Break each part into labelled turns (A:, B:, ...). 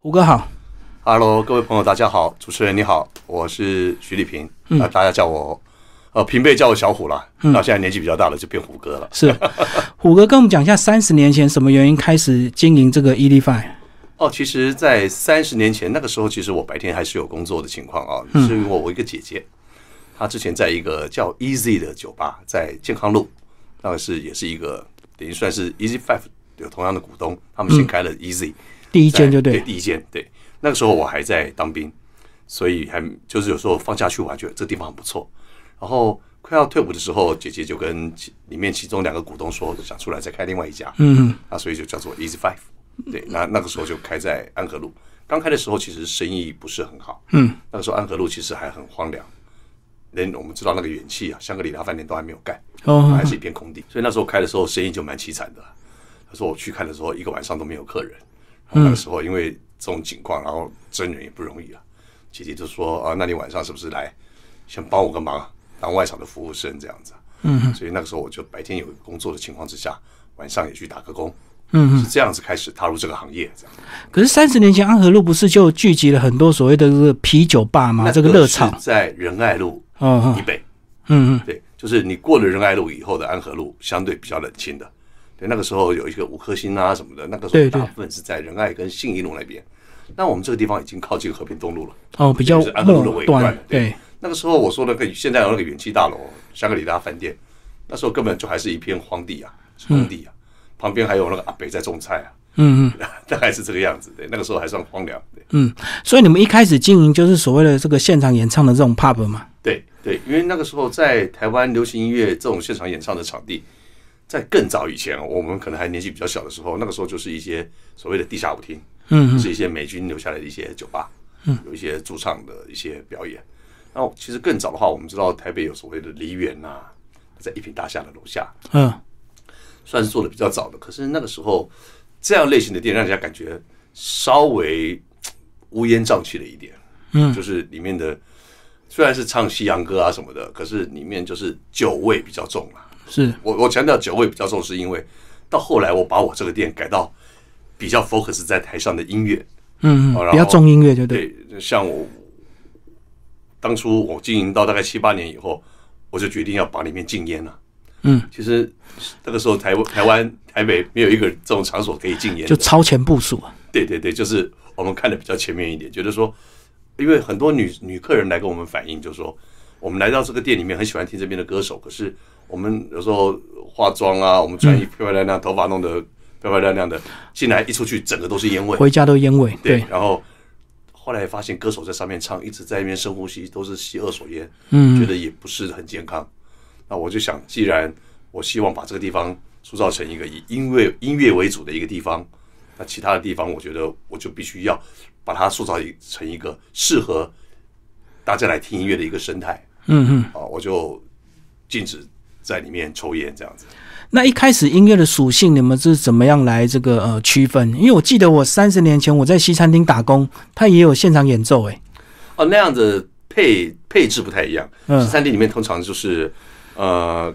A: 胡哥好，
B: Hello，各位朋友，大家好，主持人你好，我是徐丽萍，啊、大家叫我，呃，平辈叫我小虎啦，那、现在年纪比较大了，就变虎哥了。
A: 是 虎哥跟我们讲一下三十年前什么原因开始经营这个 e d f i
B: 哦，其实，在三十年前那个时候，其实我白天还是有工作的情况啊，是因为我一个姐姐，她之前在一个叫 Easy 的酒吧，在健康路，那个是也是一个等于算是 Easy Five 有同样的股东，他们先开了 E Easy，、
A: 第一间就对
B: 第一间对。那个时候我还在当兵，所以还就是有时候放假去玩，觉得这地方很不错。然后快要退伍的时候，姐姐就跟其里面其中两个股东说，想出来再开另外一家，嗯，那所以就叫做 Easy Five。对，那那个时候就开在安和路。刚开的时候其实生意不是很好，嗯，那个时候安和路其实还很荒凉，连我们知道那个元气啊，香格里拉饭店都还没有盖，
A: 哦
B: 还，是一片空地。所以那时候开的时候生意就蛮凄惨的。他说我去看的时候，一个晚上都没有客人。然后
A: 嗯
B: 那个时候因为这种情况，然后真人也不容易啊。姐姐就说啊，那你晚上是不是来先帮我个忙，啊当外场的服务生这样子啊？嗯，所以那个时候我就白天有工作的情况之下，晚上也去打个工。嗯，是这样子开始踏入这个行业，这样。
A: 可是三十年前安和路不是就聚集了很多所谓的这个啤酒吧吗？啊这个热
B: 那
A: 潮
B: 是，在仁爱路
A: 哦
B: 以北，
A: 嗯嗯，
B: 对，就是你过了仁爱路以后的安和路，相对比较冷清的。对，那个时候有一个五颗星啊什么的，那个时
A: 对
B: 候
A: 对
B: 大部分是在仁爱跟信义路那边。那我们这个地方已经靠近和平东路了，
A: 哦，比较
B: 就是安和路的
A: 末
B: 尾段
A: 端，。对，
B: 那个时候我说那个现在有那个远期大楼香格里拉饭店，那时候根本就还是一片荒地啊，是空地啊，旁边还有那个阿北在种菜啊，
A: 嗯嗯嗯
B: 大概是这个样子。对，那个时候还算荒凉。对。
A: 嗯，所以你们一开始经营就是所谓的这个现场演唱的这种 pub 嘛，
B: 对对，因为那个时候在台湾流行音乐这种现场演唱的场地，在更早以前，我们可能还年纪比较小的时候，那个时候就是一些所谓的地下舞厅，嗯，是一些美军留下来的一些酒吧，嗯，有一些驻唱的一些表演。然后其实更早的话，我们知道台北有所谓的梨园呐、在一品大厦的楼下，
A: 嗯，
B: 算是做的比较早的。可是那个时候，这样类型的店让人家感觉稍微嘖乌烟瘴气了一点。嗯，就是里面的虽然是唱西洋歌啊什么的，可是里面就是酒味比较重啊。
A: 是
B: 我我强调酒味比较重，是因为到后来我把我这个店改到比较 focus 在台上的音乐。
A: 嗯
B: 好
A: 嗯，
B: 然后
A: 比较重音乐就对，
B: 对，像我当初我经营到大概七八年以后，我就决定要把里面禁烟了。
A: 嗯，
B: 其实那个时候台湾台湾台北没有一个这种场所可以禁烟
A: 就
B: 的，
A: 超前部署啊，
B: 对对对，就是我们看的比较前面一点，觉得说，因为很多女女客人来跟我们反映，就说我们来到这个店里面很喜欢听这边的歌手，可是我们有时候化妆啊，我们穿衣
A: 嗯
B: 漂漂亮亮，头发弄得漂漂亮亮的，进来一出去，整个都是烟味。
A: 回家都烟味，对，
B: 然后后来发现歌手在上面唱，一直在那边深呼吸，都是吸二手烟，嗯，觉得也不是很健康。那我就想，既然我希望把这个地方塑造成一个以音乐音乐为主的一个地方，那其他的地方，我觉得我就必须要把它塑造一成一个适合大家来听音乐的一个生态。
A: 嗯嗯。
B: 啊，我就禁止在里面抽烟这样子。
A: 那一开始音乐的属性，你们是怎么样来这个呃区分？因为我记得我三十年前我在西餐厅打工，它也有现场演奏、欸，
B: 哦，那样子配配置不太一样。
A: 嗯
B: 西餐厅里面通常就是呃，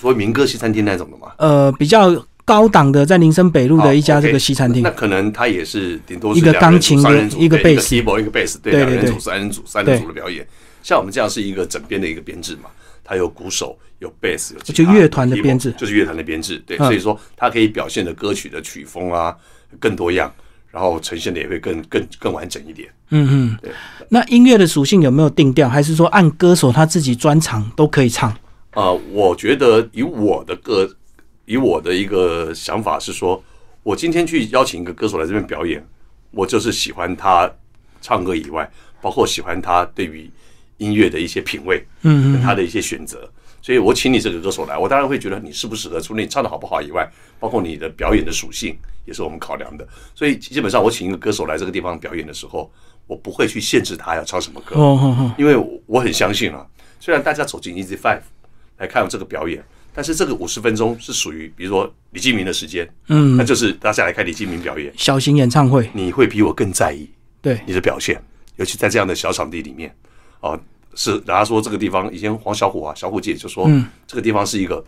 B: 所谓民歌西餐厅那种的嘛。
A: 呃，比较高档的，在林森北路
B: 哦
A: 的一家
B: OK，
A: 这个西餐厅
B: 那，可能它也是顶多是
A: 一个
B: 两人
A: 钢
B: 组
A: 琴
B: 三
A: 的
B: 人组
A: 一个
B: 对
A: bass
B: 一个 keyboard，一个 bass，对，
A: 对
B: 两人
A: 对
B: 组、
A: 对
B: 三人组、三人
A: 对
B: 组的表演。像我们这样是一个整编的一个编制嘛，它有鼓手、有 bass、有吉
A: 就
B: 他
A: 乐团的
B: 有 keyboard，
A: 编制
B: 就是乐团的编制。对，
A: 嗯
B: 所以说它可以表现的歌曲的曲风啊更多样，然后呈现的也会更更更完整一点。
A: 嗯嗯
B: 对。
A: 那音乐的属性有没有定调？还是说按歌手他自己专长都可以唱？
B: 啊，我觉得以我的个，以我的一个想法是说，我今天去邀请一个歌手来这边表演，我就是喜欢他唱歌以外，包括喜欢他对于音乐的一些品味，嗯，跟他的一些选择。所以我请你这个歌手来，我当然会觉得你适不适合，除了你唱的好不好以外，包括你的表演的属性也是我们考量的。所以基本上我请一个歌手来这个地方表演的时候，我不会去限制他要唱什么歌，
A: 哦哦哦，
B: 因为我我很相信啊，虽然大家走进 Easy Five 来看这个表演，但是这个五十分钟是属于比如说李金铭的时间，嗯，那就是大家来看李金铭表演，
A: 小型演唱会，
B: 你会比我更在意
A: 对，
B: 你的表现，尤其在这样的小场地里面，啊，是大家说这个地方，以前黄小虎啊，小虎姐就说，这个地方是一个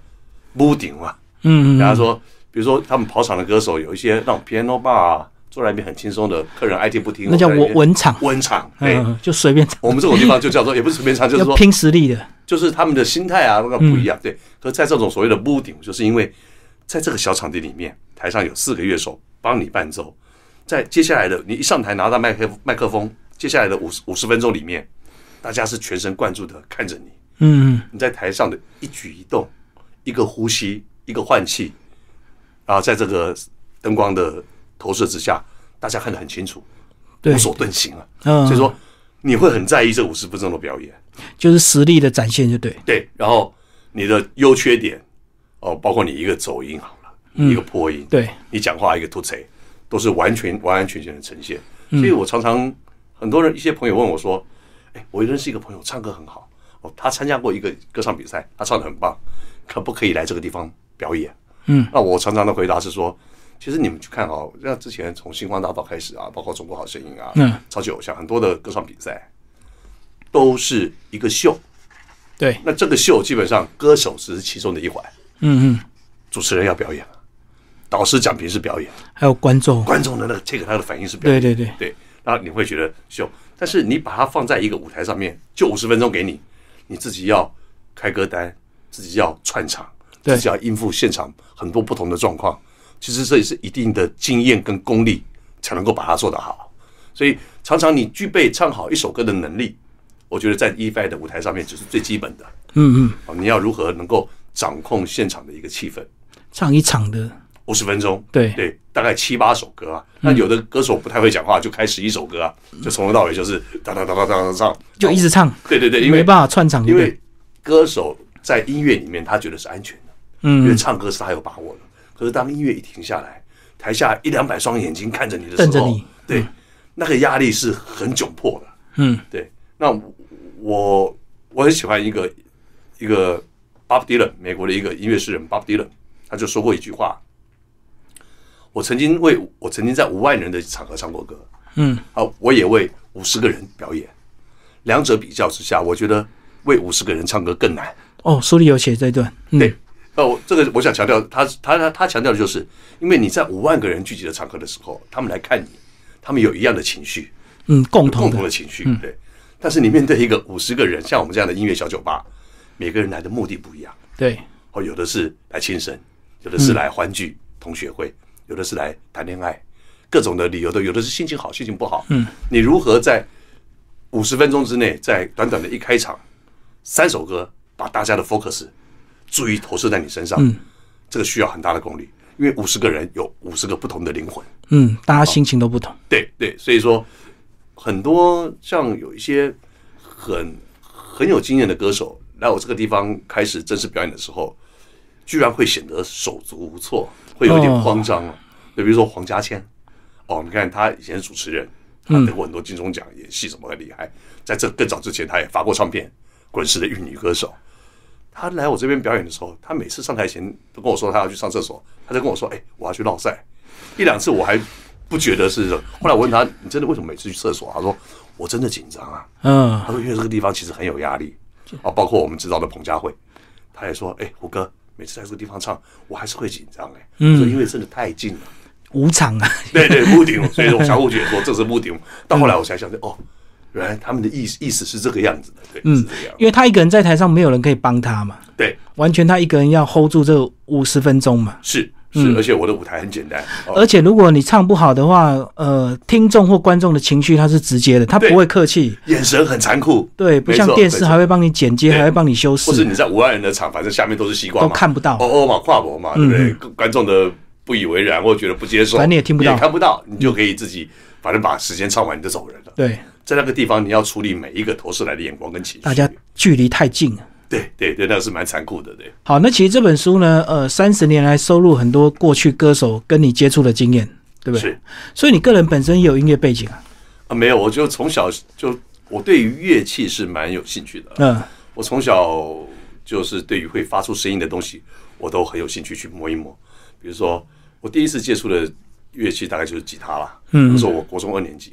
B: 屋顶啊，
A: 嗯嗯嗯，
B: 然后说，比如说他们跑场的歌手有一些那种 piano bar 啊坐在那边很轻松的，客人爱听不听，
A: 那叫
B: 我在那
A: 文
B: 边
A: 文场，
B: 温场。哎、
A: 嗯，就随便唱，
B: 我们这种地方就叫做也不是随便唱，就是
A: 要
B: 说
A: 拼实力的，
B: 就是他们的心态
A: 嗯
B: 啊，那个不一样。对，可在这种所谓的屋顶，就是因为在这个小场地里面，台上有四个乐手帮你伴奏，在接下来的你一上台拿到麦克麦克风，接下来的五十五十分钟里面，大家是全神贯注的看着你，
A: 嗯，
B: 你在台上的一举一动、一个呼吸、一个换气，然后在这个灯光的投射之下，大家看得很清楚，
A: 对
B: 无，所遁形啊。
A: 嗯
B: 所以说你会很在意这五十分钟的表演。
A: 就是实力的展现，就对，
B: 对，然后你的优缺点哦，包括你一个走音好了，一个破音，
A: 嗯对，
B: 你讲话一个吐词，都是完全完完全全的呈现。
A: 嗯
B: 所以我常常很多人一些朋友问我说：“哎，我认识一个朋友唱歌很好，哦，他参加过一个歌唱比赛，他唱的很棒，可不可以来这个地方表演？”
A: 嗯，
B: 那我常常的回答是说。其实你们去看哦，像之前从星光大道开始啊，包括中国好声音啊，
A: 嗯，
B: 超级偶像很多的歌唱比赛，都是一个秀，
A: 对，
B: 那这个秀基本上歌手只是其中的一环，
A: 嗯嗯，
B: 主持人要表演，导师讲评是表演，
A: 还有观众，
B: 观众的那个这个他的反应是表
A: 对
B: 演，
A: 对对，
B: 对，然后你会觉得秀，但是你把它放在一个舞台上面，就五十分钟给你，你自己要开歌单，自己要串场，
A: 对
B: 自己要应付现场很多不同的状况，其实这也是一定的经验跟功力才能够把它做得好，所以常常你具备唱好一首歌的能力，我觉得在 EFI 的舞台上面就是最基本的。
A: 嗯嗯，
B: 啊，你要如何能够掌控现场的一个气氛？
A: 唱一场的，
B: 五十分钟，
A: 对嗯
B: 对，大概七八首歌啊。那有的歌手不太会讲话，就开十一首歌啊，就从头到尾就是哒哒哒哒哒哒唱，
A: 就一直唱，
B: 对对对，因
A: 没
B: 为
A: 办法串场，
B: 因
A: 对
B: 为歌手在音乐里面他觉得是安全的，因为
A: 嗯，
B: 唱歌是他有把握的。可是当音乐一停下来，台下一两百双眼睛看着你的时
A: 瞪
B: 候，
A: 着你
B: 对，那个压力是很窘迫的。
A: 嗯，
B: 对，那我我我很喜欢一个一个 Bob Dylan，美国的一个音乐诗人 Bob Dylan，他就说过一句话：我曾经为我曾经在五万人的场合唱过歌，
A: 嗯，
B: 啊，我也为五十个人表演，两者比较之下，我觉得为五十个人唱歌更难。
A: 哦，书里有写这一段，嗯
B: 对，哎那我这个我想强调，他他他他强调的就是，因为你在五万个人聚集的场合的时候，他们来看你，他们有一样的情绪，
A: 嗯，共
B: 共
A: 同
B: 同
A: 的，嗯
B: 的情绪，对。但是你面对一个五十个人，像我们这样的音乐小酒吧，每个人来的目的不一样。
A: 对，
B: 哦，有的是来庆生，有的是来欢聚同学会，有的是来谈恋爱，各种的理由都有有的是心情好，心情不好。嗯，你如何在五十分钟之内，在短短的一开场，三首歌把大家的 focus 注意投射在你身上？嗯，这个需要很大的功力，因为五十个人有五十个不同的灵魂。
A: 嗯，大家心情都不同，
B: 对对，所以说很多像有一些很很有经验的歌手来我这个地方开始正式表演的时候，居然会显得手足无措，会有一点慌张哦。就比如说黄家千，哦，你看他以前是主持人，他得过很多金钟奖，演戏什么很厉害。在这更早之前，他也发过唱片，滚石的玉女歌手。他来我这边表演的时候，他每次上台前都跟我说他要去上厕所，他就跟我说：“哎、我要去绕赛。”一两次我还不觉得是。后来我问他：“你真的为什么每次去厕所？”他说：“我真的紧张啊。”
A: 嗯，
B: 他说因为这个地方其实很有压力啊，包括我们知道的彭佳慧，他也说，哎、胡歌每次在这个地方唱，我还是会紧张哎，
A: 嗯
B: 说因为真的太近 了，
A: 五场啊，
B: 对对，屋顶，所以说我小虎姐说这是屋顶，到后来我才想哦，原来他们的意思意思是这个样子的，对，
A: 嗯
B: 是这个样子，
A: 因为他一个人在台上，没有人可以帮他嘛，
B: 对，
A: 完全他一个人要 hold 住这五十分钟嘛。
B: 是
A: 嗯
B: 是，而且我的舞台很简单，哦，
A: 而且如果你唱不好的话，呃，听众或观众的情绪他是直接的，他
B: 对
A: 不会客气，
B: 眼神很残酷，
A: 对，不
B: 没
A: 像
B: 错
A: 电
B: 没
A: 视
B: 错
A: 还会帮你剪接，还会帮你修
B: 或是
A: 饰，
B: 你在五万人的场，反正下面都是西瓜
A: 都
B: 嘛，
A: 看不到
B: 哦。哦嘛，跨博嘛，对不对？观众的不以为然或觉得不接受，
A: 嗯反正你也听不到嗯
B: 也看不到，你就可以自己反正把时间唱完你就走人了。
A: 对，
B: 在那个地方，你要处理每一个投射来的眼光跟情绪，
A: 大家距离太近了。
B: 对对对，那个是蛮残酷的，对
A: 好，那其实这本书呢，呃，三十年来收录很多过去歌手跟你接触的经验，对不对？
B: 是
A: 所以你个人本身也有音乐背景啊，
B: 啊，没有，我就从小就我对于乐器是蛮有兴趣的，
A: 嗯、
B: 我从小就是对于会发出声音的东西，我都很有兴趣去摸一摸。比如说，我第一次接触的乐器大概就是吉他啦。嗯，那时候我国中二年级，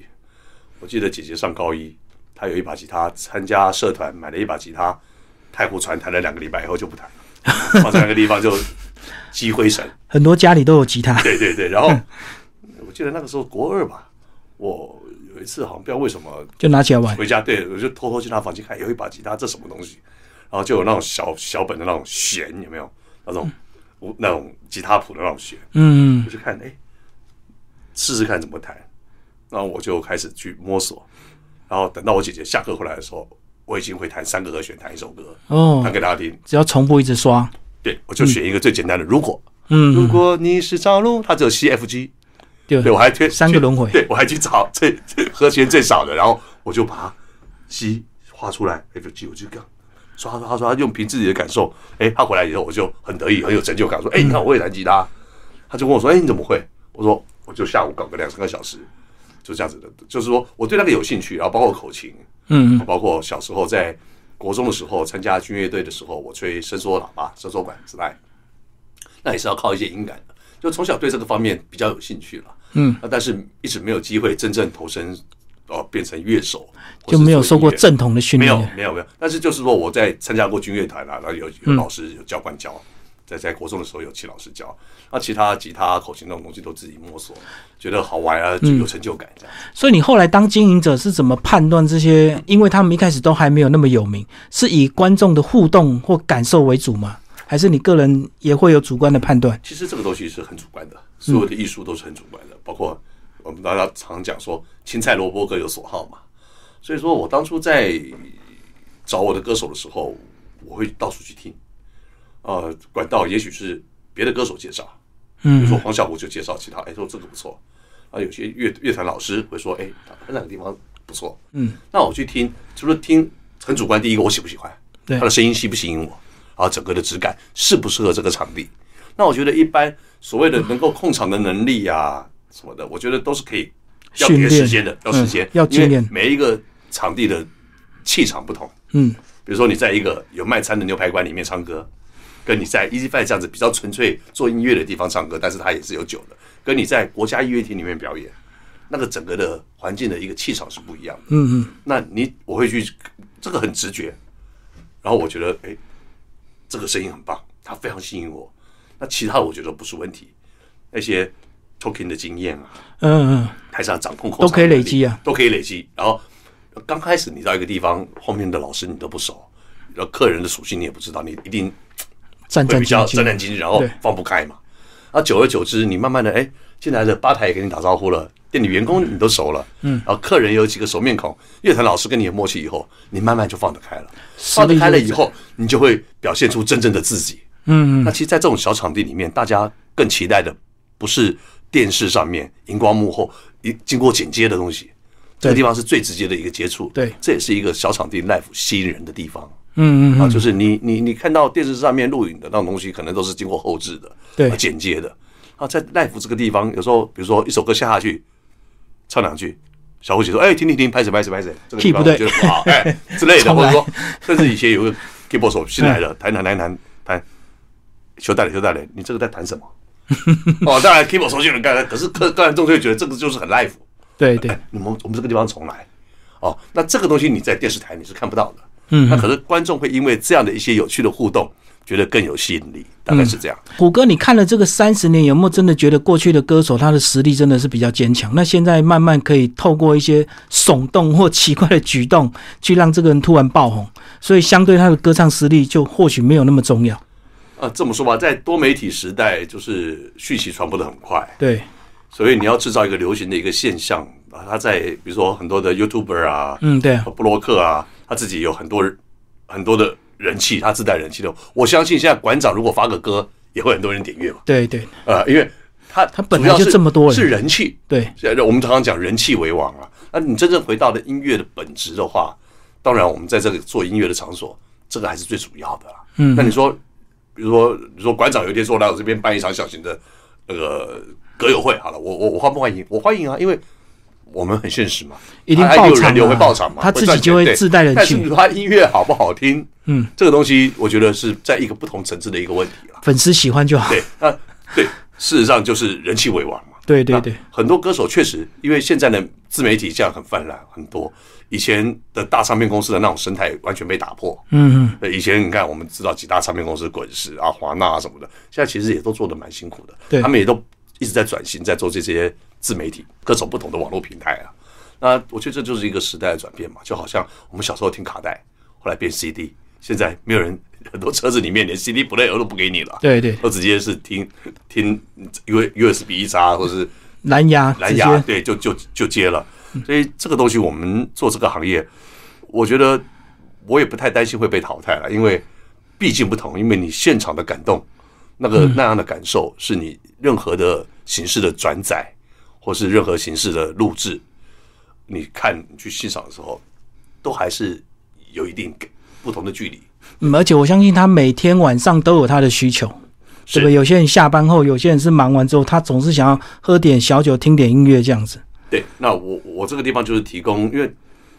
B: 我记得姐姐上高一，她有一把吉他，参加社团买了一把吉他，太湖船弹了两个礼拜以后就不弹了，放在那个地方就积灰尘。
A: 很多家里都有吉他，
B: 对对对，然后我记得那个时候国二吧，我有一次好像不知道为什么
A: 就拿起来玩。
B: 回家，对我就偷偷去他房间看，有一把吉他，这什么东西？然后就有那种小小本的那种弦，有没有那种我那种吉他谱的那种弦？
A: 嗯，
B: 我就看，哎，试试看怎么弹。然后我就开始去摸索。然后等到我姐姐下课回来的时候，我已经会弹三个和弦，弹一首歌，
A: 哦
B: 弹给大家听。
A: 只要重复一直刷，
B: 对，我就选一个最简单的。如果
A: 嗯，
B: 如果你是朝露，它只有 C F G，
A: 对
B: 对我还推
A: 三个轮回
B: 对我还去找最最和弦最少的，然后我就把它 C 画出来，F G 我就这样刷刷刷，用凭自己的感受。哎，他回来以后我就很得意，很有成就感，说：“哎，
A: 嗯
B: 你看我也弹吉他。”他就跟我说：“哎，你怎么会？”我说：“我就下午搞个两三个小时，就这样子的。”就是说我对那个有兴趣，然后包括口琴，
A: 嗯，
B: 包括小时候在国中的时候参加军乐队的时候，我吹伸缩喇叭、伸缩管之类，那也是要靠一些音感的。就从小对这个方面比较有兴趣了，嗯，那但是一直没有机会真正投身，哦、变成乐手，或
A: 就是没有
B: 做
A: 受过
B: 音乐
A: 正统的训
B: 没有
A: 练。
B: 没有没有，但是就是说我在参加过军乐团啦、啊然后有
A: 嗯
B: 有老师有教官教，在在国中的时候有请老师教，那其他吉他、口琴那种东西都自己摸索，觉得好玩啊，就
A: 嗯
B: 有成就感这样。
A: 所以你后来当经营者是怎么判断这些？因为他们一开始都还没有那么有名，是以观众的互动或感受为主吗？还是你个人也会有主观的判断？
B: 其实这个东西是很主观的，所有的艺术都是很主观的，包括我们大家常讲说青菜萝卜各有所好嘛。所以说我当初在找我的歌手的时候，我会到处去听，呃，管道也许是别的歌手介绍，
A: 嗯
B: 比如说黄小琥就介绍其他，哎，说这个不错，啊，有些乐乐团老师会说，哎，那个地方不错，嗯，那我去听，除了听很主观，第一个我喜不喜欢，
A: 对
B: 他的声音吸不吸引我，然后整个的质感适不适合这个场地，那我觉得一般所谓的能够控场的能力呀、什么的，我觉得都是可以要
A: 训
B: 给
A: 练
B: 时间的，要时间，
A: 嗯要经验
B: 因为每一个场地的气场不同，
A: 嗯，
B: 比如说你在一个有卖餐的牛排馆里面唱歌，跟你在 Easy Five 这样子比较纯粹做音乐的地方唱歌，但是它也是有酒的，跟你在国家音乐厅里面表演，那个整个的环境的一个气场是不一样的。嗯嗯，那你我会去，这个很直觉，然后我觉得哎，这个声音很棒，它非常吸引我。那其他我觉得不是问题，那些 talking 的经验啊，
A: 嗯嗯，
B: 台上掌控口
A: 都可以累积啊，
B: 都可以累积。然后刚开始你到一个地方，后面的老师你都不熟，然后客人的属性你也不知道，你一定
A: 战
B: 会
A: 战
B: 比较
A: 兢兢。
B: 战战兢兢，然后
A: 对
B: 放不开嘛。那久而久之，你慢慢的，哎，进来的吧台也跟你打招呼了，店里员工你都熟了，嗯，然后客人有几个熟面孔，乐团老师跟你有默契以后，你慢慢就放得开了，放得开了以后，你就会表现出真正的自己。嗯，那其实，在这种小场地里面，大家更期待的不是电视上面荧光幕后一经过剪接的东西，这个地方是最直接的一个接触。
A: 对
B: 这也是一个小场地 life 吸引人的地方。
A: 嗯嗯
B: 啊，就是你你你看到电视上面录影的那种东西，可能都是经过后置的、
A: 对
B: 啊剪接的。啊，在 l i f e 这个地方，有时候比如说一首歌下下去，唱两句，小伙姐说：“哎，停停停，拍谁拍谁拍谁。”这个地方
A: 屁
B: 我
A: 不
B: 觉
A: 对
B: 得不好，哎之 类的，
A: 重
B: 或者
A: 来
B: 说，甚至以前有个 keyboard 手新 来的，弹弹弹弹弹，修大磊修大磊，你这个在弹什么？ 哦，当然 keyboard 手新人干了，可是客当然众就会觉得这个就是很 l i f e
A: 对对，
B: 你们我们这个地方重来，哦，那这个东西你在电视台你是看不到的，嗯，那可是观众会因为这样的一些有趣的互动，觉得更有吸引力，大概是这样。
A: 虎哥，你看了这个三十年，有没有真的觉得过去的歌手他的实力真的是比较坚强？那现在慢慢可以透过一些耸动或奇怪的举动，去让这个人突然爆红，所以相对他的歌唱实力就或许没有那么重要。
B: 啊，这么说吧，在多媒体时代，就是讯息传播的很快，
A: 对，
B: 所以你要制造一个流行的一个现象，啊，它在比如说很多的 YouTuber 啊，
A: 嗯，对啊，
B: 布洛克啊，他自己有很多人很多的人气，他自带人气的。我相信现在馆长如果发个歌，也会很多人点阅嘛，
A: 对对
B: 呃，因为他他
A: 本来就这么多人
B: 是人气，
A: 对，
B: 现在我们常常讲人气为王啊，那你真正回到的音乐的本质的话，当然我们在这里做音乐的场所，这个还是最主要的啦。嗯，那你说，比如说，你说馆长有一天说来我这边办一场小型的那个歌友会，好了，我我我欢不欢迎？我欢迎啊，因为。我们很现实嘛，
A: 一定
B: 还还
A: 爆
B: 有
A: 场
B: 人流
A: 啊
B: 会爆场嘛，
A: 他自己
B: 赚钱
A: 就会
B: 对
A: 自带人
B: 但
A: 气
B: 是你说他音乐好不好听，嗯，这个东西我觉得是在一个不同层次的一个问题啦。
A: 粉丝喜欢就好。
B: 对，那对，事实上就是人气为王嘛。
A: 对对对，
B: 很多歌手确实，因为现在的自媒体这样很泛滥，很多以前的大唱片公司的那种生态完全被打破。嗯嗯，以前你看我们知道几大唱片公司，滚石啊、华纳啊什么的，现在其实也都做的蛮辛苦的。
A: 对
B: 他们也都一直在转型，在做这些自媒体各种不同的网络平台啊。那我觉得这就是一个时代的转变嘛，就好像我们小时候听卡带，后来变 CD，现在没有人很多车子里面连 CD player 都不给你了，
A: 对对
B: 都直接是听听 U USB 一插或者是
A: 蓝牙
B: 蓝
A: 直
B: 牙
A: 接
B: 对，就就就接了。所以这个东西我们做这个行业，我觉得我也不太担心会被淘汰了，因为毕竟不同，因为你现场的感动，那个那样的感受是你任何的形式的转载，或是任何形式的录制，你看你去欣赏的时候，都还是有一定不同的距离。
A: 嗯，而且我相信他每天晚上都有他的需求，对不对？有些人下班后，有些人是忙完之后，他总是想要喝点小酒，听点音乐这样子。
B: 对，那我我这个地方就是提供，因为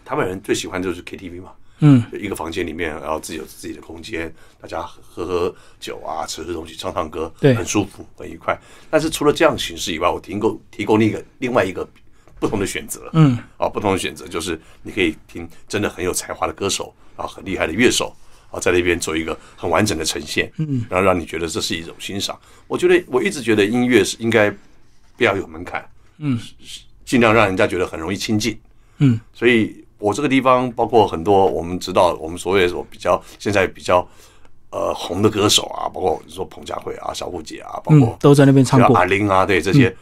B: 台湾人最喜欢就是 KTV 嘛，
A: 嗯，
B: 一个房间里面，然后自己有自己的空间，大家喝喝酒啊，吃吃东西，唱唱歌，
A: 对
B: 很舒服，很愉快。但是除了这样形式以外，我提供提供另一个另外一个不同的选择，嗯，啊，不同的选择就是你可以听真的很有才华的歌手，然后很厉害的乐手。啊，在那边做一个很完整的呈现，嗯，然后让你觉得这是一种欣赏。我觉得我一直觉得音乐是应该不要有门槛，尽量让人家觉得很容易亲近。
A: 嗯，
B: 所以我这个地方包括很多我们知道，我们所谓所比较现在比较呃红的歌手啊，包括你说彭佳慧啊、小虎姐啊，包
A: 嗯
B: 括，
A: 都在那边唱
B: 像
A: 过嗯
B: 阿。玲啊，对这些，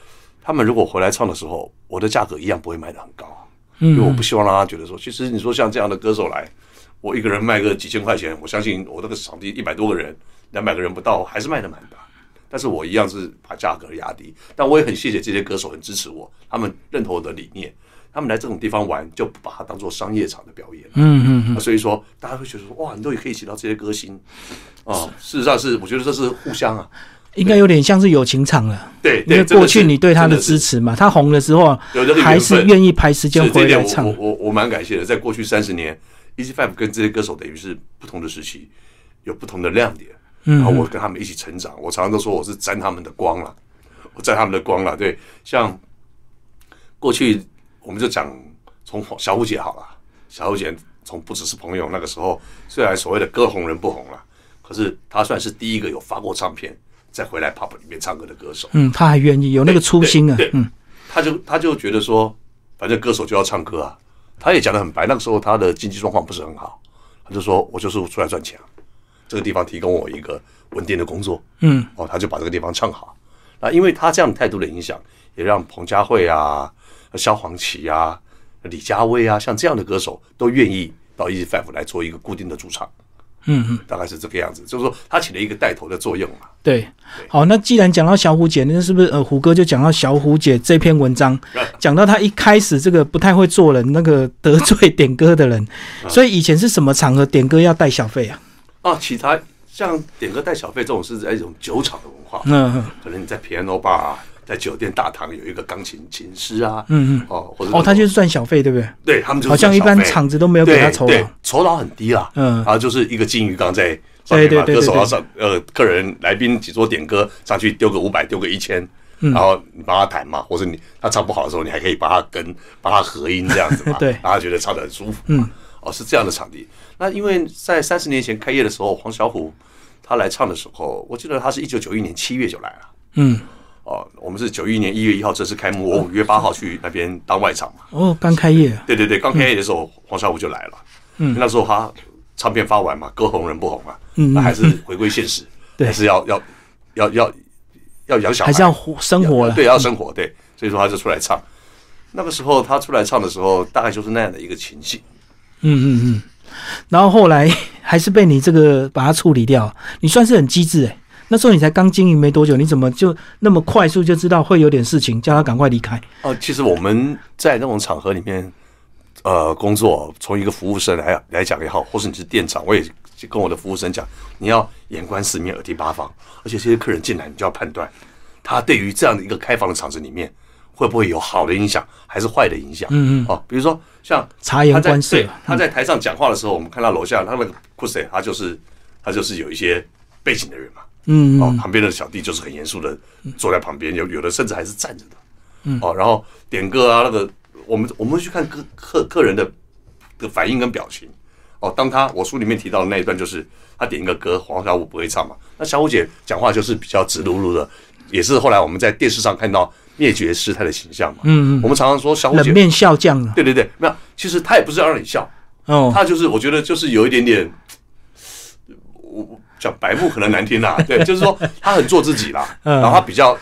B: 他们如果回来唱的时候，我的价格一样不会卖的很高，啊
A: 嗯
B: 因为我不希望让他觉得说，其实你说像这样的歌手来，我一个人卖个几千块钱，我相信我那个场地一百多个人，两百个人不到，还是卖的蛮大。但是我一样是把价格压低，但我也很谢谢这些歌手很支持我，他们认同我的理念，他们来这种地方玩就不把它当做商业场的表演。
A: 嗯嗯嗯，
B: 啊所以说大家会觉得说，哇，你都也可以请到这些歌星啊，事实上是我觉得这是互相啊，
A: 应该有点像是友情场了。
B: 对
A: 因
B: 对，
A: 为
B: 真
A: 过
B: 是
A: 去你对他
B: 真
A: 的
B: 的是
A: 支持嘛，他红了之后
B: 有这个缘分
A: 啊还是愿意排时间
B: 是这
A: 回
B: 一点
A: 来
B: 我
A: 唱
B: 我。我我蛮感谢的，在过去三十年，Easy Five 跟这些歌手等于是不同的时期，有不同的亮点，
A: 嗯
B: 然后我跟他们一起成长。我常常都说我是沾他们的光了，我沾他们的光了。对，像过去我们就讲从小虎姐好了，小虎姐从不只是朋友那个时候，虽然所谓的歌红人不红了，可是她算是第一个有发过唱片，再回来 pop 里面唱歌的歌手。
A: 嗯，他还愿意有那个初心啊
B: 对，。对
A: 嗯，
B: 他就他就觉得说，反正歌手就要唱歌啊。他也讲得很白，那个时候他的经济状况不是很好，他就说我就是出来赚钱啊，这个地方提供我一个稳定的工作，嗯，哦，他就把这个地方唱好。那因为他这样态度的影响，也让彭佳慧啊、萧煌奇啊、李佳薇啊，像这样的歌手都愿意到 E Five 来做一个固定的驻场，嗯嗯，大概是这个样子，就是说他起了一个带头的作用嘛。
A: 对。好，那既然讲到小虎姐，那是不是呃虎哥就讲到小虎姐这篇文章，
B: 啊
A: 讲到她一开始这个不太会做人，那个得罪点歌的人，所以以前是什么场合点歌要带小费啊？
B: 啊，其他像点歌带小费这种是在一种酒场的文化，
A: 嗯，
B: 可能你在 piano bar，啊在酒店大堂有一个钢琴琴师啊，
A: 嗯
B: 嗯，哦，或者
A: 哦，他就是赚小费，对不对？
B: 对他们就是
A: 好像一般
B: 小费
A: 场子都没有给他酬
B: 对
A: 劳
B: 对。酬劳很低啦，
A: 嗯
B: 然后就是一个金鱼缸在上面
A: 对
B: 嘛，
A: 对对
B: 歌手
A: 对
B: 要
A: 对
B: 上呃客人来宾几桌点歌上去丢个五百丢个一千。
A: 嗯
B: 然后你帮他弹嘛，或者你他唱不好的时候，你还可以帮他跟 帮他合音这样子嘛，
A: 对嗯
B: 让他觉得唱得很舒服嘛。哦，是这样的场地。那因为在三十年前开业的时候，黄小琥他来唱的时候，我记得他是一九九一年七月就来了。
A: 嗯，
B: 哦，我们是九一年一月一号正式开幕，我五月八号去那边当外场嘛。
A: 哦，刚开业啊，
B: 对对对，刚开业的时候，黄少武就来了。嗯，那时候他唱片发完嘛，歌红人不红啊，那还是回归现实，
A: 嗯 对
B: 还是要要要要要养小孩，
A: 还是要活生活了。
B: 对，要生活，对，所以说他就出来唱。那个时候他出来唱的时候，大概就是那样的一个情形。
A: 然后后来 还是被你这个把它处理掉，你算是很机智诶、欸那时候你才刚经营没多久，你怎么就那么快速就知道会有点事情，叫他赶快离开？
B: 哦，其实我们在那种场合里面，呃，工作从一个服务生来来讲也好，或是你是店长，我也跟我的服务生讲，你要眼观四面，耳听八方，而且这些客人进来，你就要判断他对于这样的一个开放的场子里面，会不会有好的影响，还是坏的影响？嗯嗯。哦，比如说像
A: 察言
B: 他在
A: 观色
B: 对他在台上讲话的时候，我们看到楼下他那个酷谁，他就是他就是有一些背景的人嘛。嗯。哦，旁边的小弟就是很严肃的坐在旁边，有有的甚至还是站着的。
A: 嗯
B: 哦，然后点歌啊，那个我们我们会去看客客客人的的反应跟表情。哦，当他我书里面提到的那一段，就是他点一个歌，黄小琥不会唱嘛，那小虎姐讲话就是比较直噜噜的，也是后来我们在电视上看到灭绝师太的形象嘛。
A: 嗯
B: 我们常常说小虎
A: 冷
B: 姐，
A: 面笑匠啊，
B: 对对对，没有，其实她也不是要让你笑，
A: 哦，
B: 她就是我觉得就是有一点点，我我讲白目可能难听啦， 对，就是说她很做自己啦，
A: 嗯
B: 然后她比较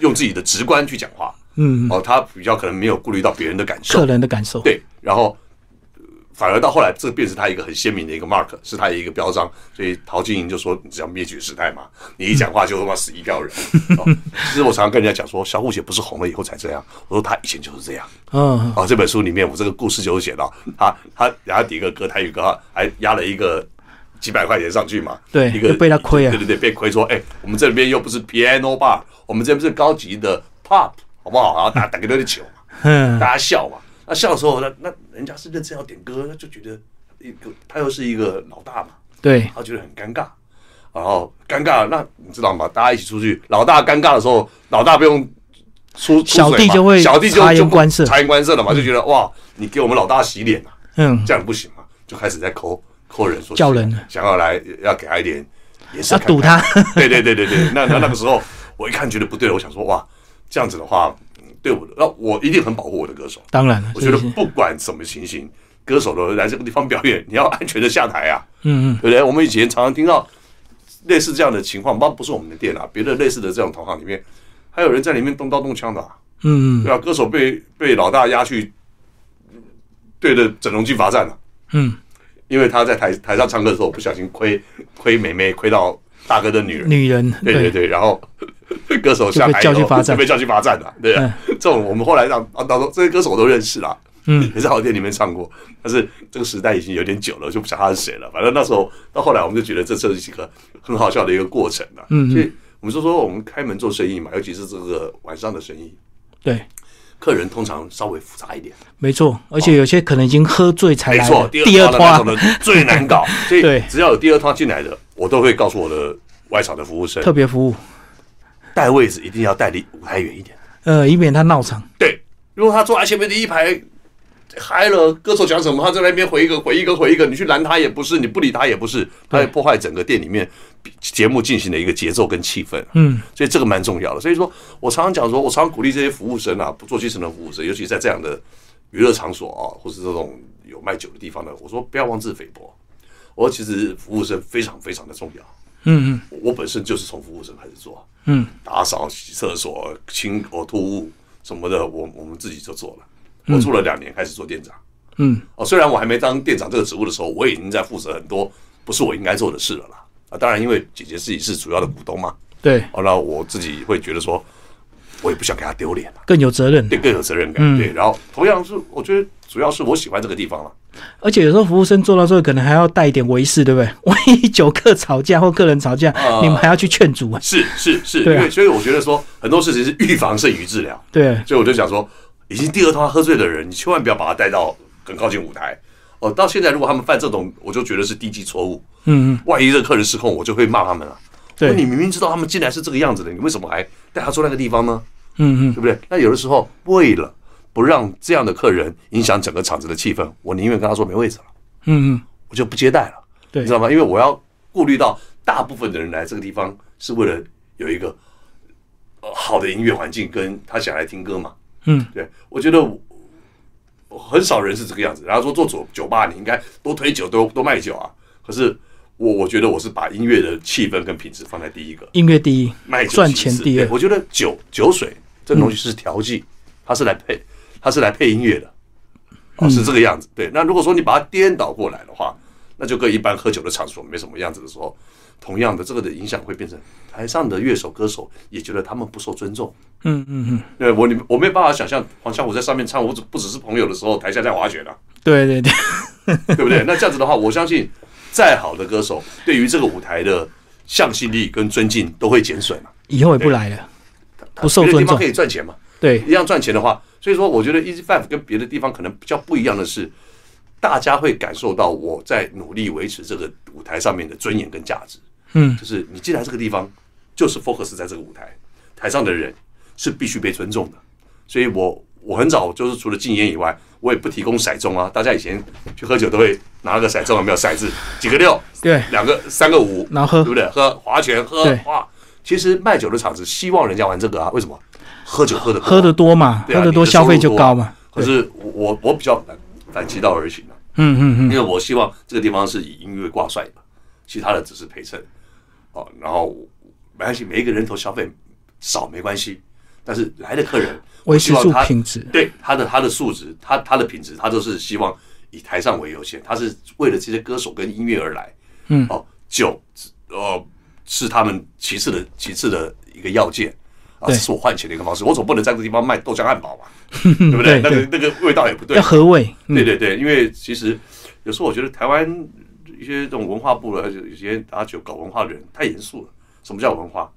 B: 用自己的直观去讲话，
A: 嗯，
B: 哦，她比较可能没有顾虑到别人的感受
A: 客，人的感受，
B: 对，然后呃反而到后来，这便是他一个很鲜明的一个 mark，是他一个标章。所以陶晶莹就说：“你这样灭绝时代嘛，你一讲话就他妈死一票人。 哦”其实我常常跟人家讲说，小虎姐不是红了以后才这样，我说她以前就是这样。
A: 嗯，
B: 啊，这本书里面我这个故事就有写到，他他雅迪一个歌台语歌还压了一个几百块钱上去嘛，
A: 对
B: 一个
A: 就被他亏啊
B: 对对对，被亏说，哎，我们这边又不是 piano bar，我们这边是高级的 pop，好不好？然后打打个那 个球嘛，
A: 嗯
B: 大家笑嘛。那笑的时候，那那人家是认真要点歌，那就觉得一个他又是一个老大嘛，
A: 对，
B: 他觉得很尴尬，然后尴尬，那你知道吗？大家一起出去，老大尴尬的时候，老大不用出，出
A: 小弟
B: 嘴嘛
A: 就会
B: 小弟就
A: 察言
B: 就不
A: 观色
B: 察言观色了嘛，就觉得哇，你给我们老大洗脸啊，
A: 嗯，
B: 这样不行嘛，就开始在抠抠人说
A: 叫人了
B: 想要来要给他一点颜色
A: 要
B: 看
A: 堵
B: 看
A: 他，
B: 对对对对对，那那那个时候我一看觉得不对了，我想说哇，这样子的话，嗯对我的，那我一定很保护我的歌手。
A: 当然了，
B: 我觉
A: 这
B: 得
A: 些
B: 不管什么情形，歌手的来这个地方表演，你要安全的下台啊，
A: 嗯嗯，
B: 对不对？我们以前常常听到类似这样的情况，当然不是我们的店啊，别的类似的这种同行里面，还有人在里面动刀动枪的、啊，
A: 嗯
B: 对吧、歌手被被老大押去对着整容镜罚站了、啊
A: 嗯
B: 因为他在台台上唱歌的时候不小心亏亏妹妹，亏到大哥的女人
A: 嗯，。女人，
B: 对对对，然后 歌手下台以
A: 就被叫
B: 后
A: 去罚站
B: 就被叫去罚站了、对、啊， 这种我们后来让啊，到时候这些歌手我都认识啦，
A: 嗯，
B: 也在好店里面唱过，但是这个时代已经有点久了，就不想他是谁了。反正那时候到后来，我们就觉得这这是一个很好笑的一个过程啊，
A: 嗯嗯
B: 所以我们就说我们开门做生意嘛，尤其是这个晚上的生意，
A: 对，
B: 客人通常稍微复杂一点，
A: 没错，而且有些可能已经喝醉才
B: 哦
A: 哎
B: 没
A: 来
B: 错
A: 的，，第
B: 二
A: 二
B: 的那种
A: 团
B: 的最 难搞，所以
A: 对
B: 只要有第二趟进来的，我都会告诉我的外场的服务生，
A: 啊特别服务，
B: 带位置一定要带离舞台远一点。
A: 呃，以免他闹场，
B: 对，如果他坐在前面第一排嗨了，歌手讲什么，他在那边回一个回一个回一个，你去拦他也不是，你不理他也不是，他会破坏整个店里面节目进行的一个节奏跟气氛。啊
A: 嗯，
B: 所以这个蛮重要的。所以说我常常讲说，我常常鼓励这些服务生啊，不做基层的服务生，尤其在这样的娱乐场所啊，或是这种有卖酒的地方呢，我说不要妄自菲薄。我说其实服务生非常非常的重要。
A: 嗯嗯
B: 我本身就是从服务生开始做，啊
A: 嗯，
B: 打扫、洗厕所、清呕吐物什么的，我我们自己就做了。我做了两年，开始做店长。
A: 嗯，
B: 哦，虽然我还没当店长这个职务的时候，我已经在负责很多不是我应该做的事了啦。啊，当然，因为姐姐自己是主要的股东嘛，
A: 对，
B: 哦，那我自己会觉得说，我也不想给她丢脸啊，
A: 更有责任，
B: 对，更有责任感。
A: 嗯
B: 对，然后同样是，我觉得主要是我喜欢这个地方了。
A: 而且有时候服务生做到最后，可能还要带一点维士，对不对？万一酒客吵架或客人吵架，
B: 啊
A: 你们还要去劝阻啊。
B: 是是是，
A: 对啊
B: 因为所以我觉得说，很多事情是预防胜于治疗。
A: 对，
B: 所以我就想说，已经第二趟喝醉的人，你千万不要把他带到很靠近舞台。哦，到现在如果他们犯这种，我就觉得是低级错误。
A: 嗯，
B: 万一这个客人失控，我就会骂他们了。
A: 对
B: 我说你明明知道他们进来是这个样子的，你为什么还带他坐那个地方呢？
A: 嗯嗯，
B: 对不对？那有的时候为了不让这样的客人影响整个场子的气氛，我宁愿跟他说没位置了，
A: 嗯嗯，
B: 我就不接待了。
A: 对
B: 你知道吗？因为我要顾虑到大部分的人来这个地方是为了有一个呃好的音乐环境，跟他想来听歌嘛。
A: 嗯，
B: 对，我觉得我我很少人是这个样子。然后说做酒酒吧，你应该多推酒，多多卖酒啊。可是我我觉得我是把音乐的气氛跟品质放在第一个，
A: 音乐第一
B: 卖，酒
A: 赚
B: 其
A: 钱
B: 次
A: 第
B: 对
A: 二。
B: 我觉得酒酒水这东西是调剂，它是来配，它是来配音乐的，哦，是这个样子。对，那如果说你把它颠倒过来的话，那就跟一般喝酒的场所没什么样子的时候，同样的这个的影响会变成台上的乐手歌手也觉得他们不受尊重。
A: 嗯嗯嗯，
B: 对我你我没有办法想象黄小琥在上面唱，我只不只是朋友的时候，台下在滑雪的、
A: 对对对，
B: 对不对？ 那这样子的话，我相信再好的歌手对于这个舞台的向心力跟尊敬都会减损啊嘛。
A: 以后也不来了，不受
B: 别的
A: 尊
B: 地
A: 重
B: 方可。以赚钱嘛，
A: 对，
B: 一样赚钱的话，所以说我觉得 Easy Five 跟别的地方可能比较不一样的是，大家会感受到我在努力维持这个舞台上面的尊严跟价值。
A: 嗯
B: 就是你进来这个地方，就是 focus 在这个舞台，台上的人是必须被尊重的。所以我我很早就是除了禁烟以外，我也不提供骰盅啊。大家以前去喝酒都会拿个骰盅，有没有骰子？几个六，
A: 对
B: 两个三个五，
A: 然后喝
B: 对不对？喝划拳，喝
A: 对
B: 哇，其实卖酒的厂子希望人家玩这个啊，为什么？喝酒喝的
A: 喝的多嘛，
B: 对啊
A: 喝的多
B: 你的
A: 消费
B: 收入
A: 就
B: 多啊
A: 高嘛。
B: 可是我我比较反反其道而行啊，
A: 嗯嗯嗯，
B: 因为我希望这个地方是以音乐挂帅的，其他的只是陪衬。哦，然后没关系，每一个人头消费少没关系，但是来的客人，
A: 维
B: 我希
A: 持
B: 望
A: 住
B: 他
A: 品质。
B: 对他的他的素质，他他的品质，他都是希望以台上为优先，他是为了这些歌手跟音乐而来。
A: 嗯
B: 哦，酒，呃，是他们其次的其次的一个要件啊，
A: 对
B: 这是我换钱的一个方式。我总不能在这个地方卖豆浆 汉堡吧，对不
A: 对对
B: 对？那个那个味道也不对
A: 要。合味，嗯
B: 对对对，因为其实有时候我觉得台湾一些这种文化部的，有些打酒搞文化的人太严肃了。什么叫文化？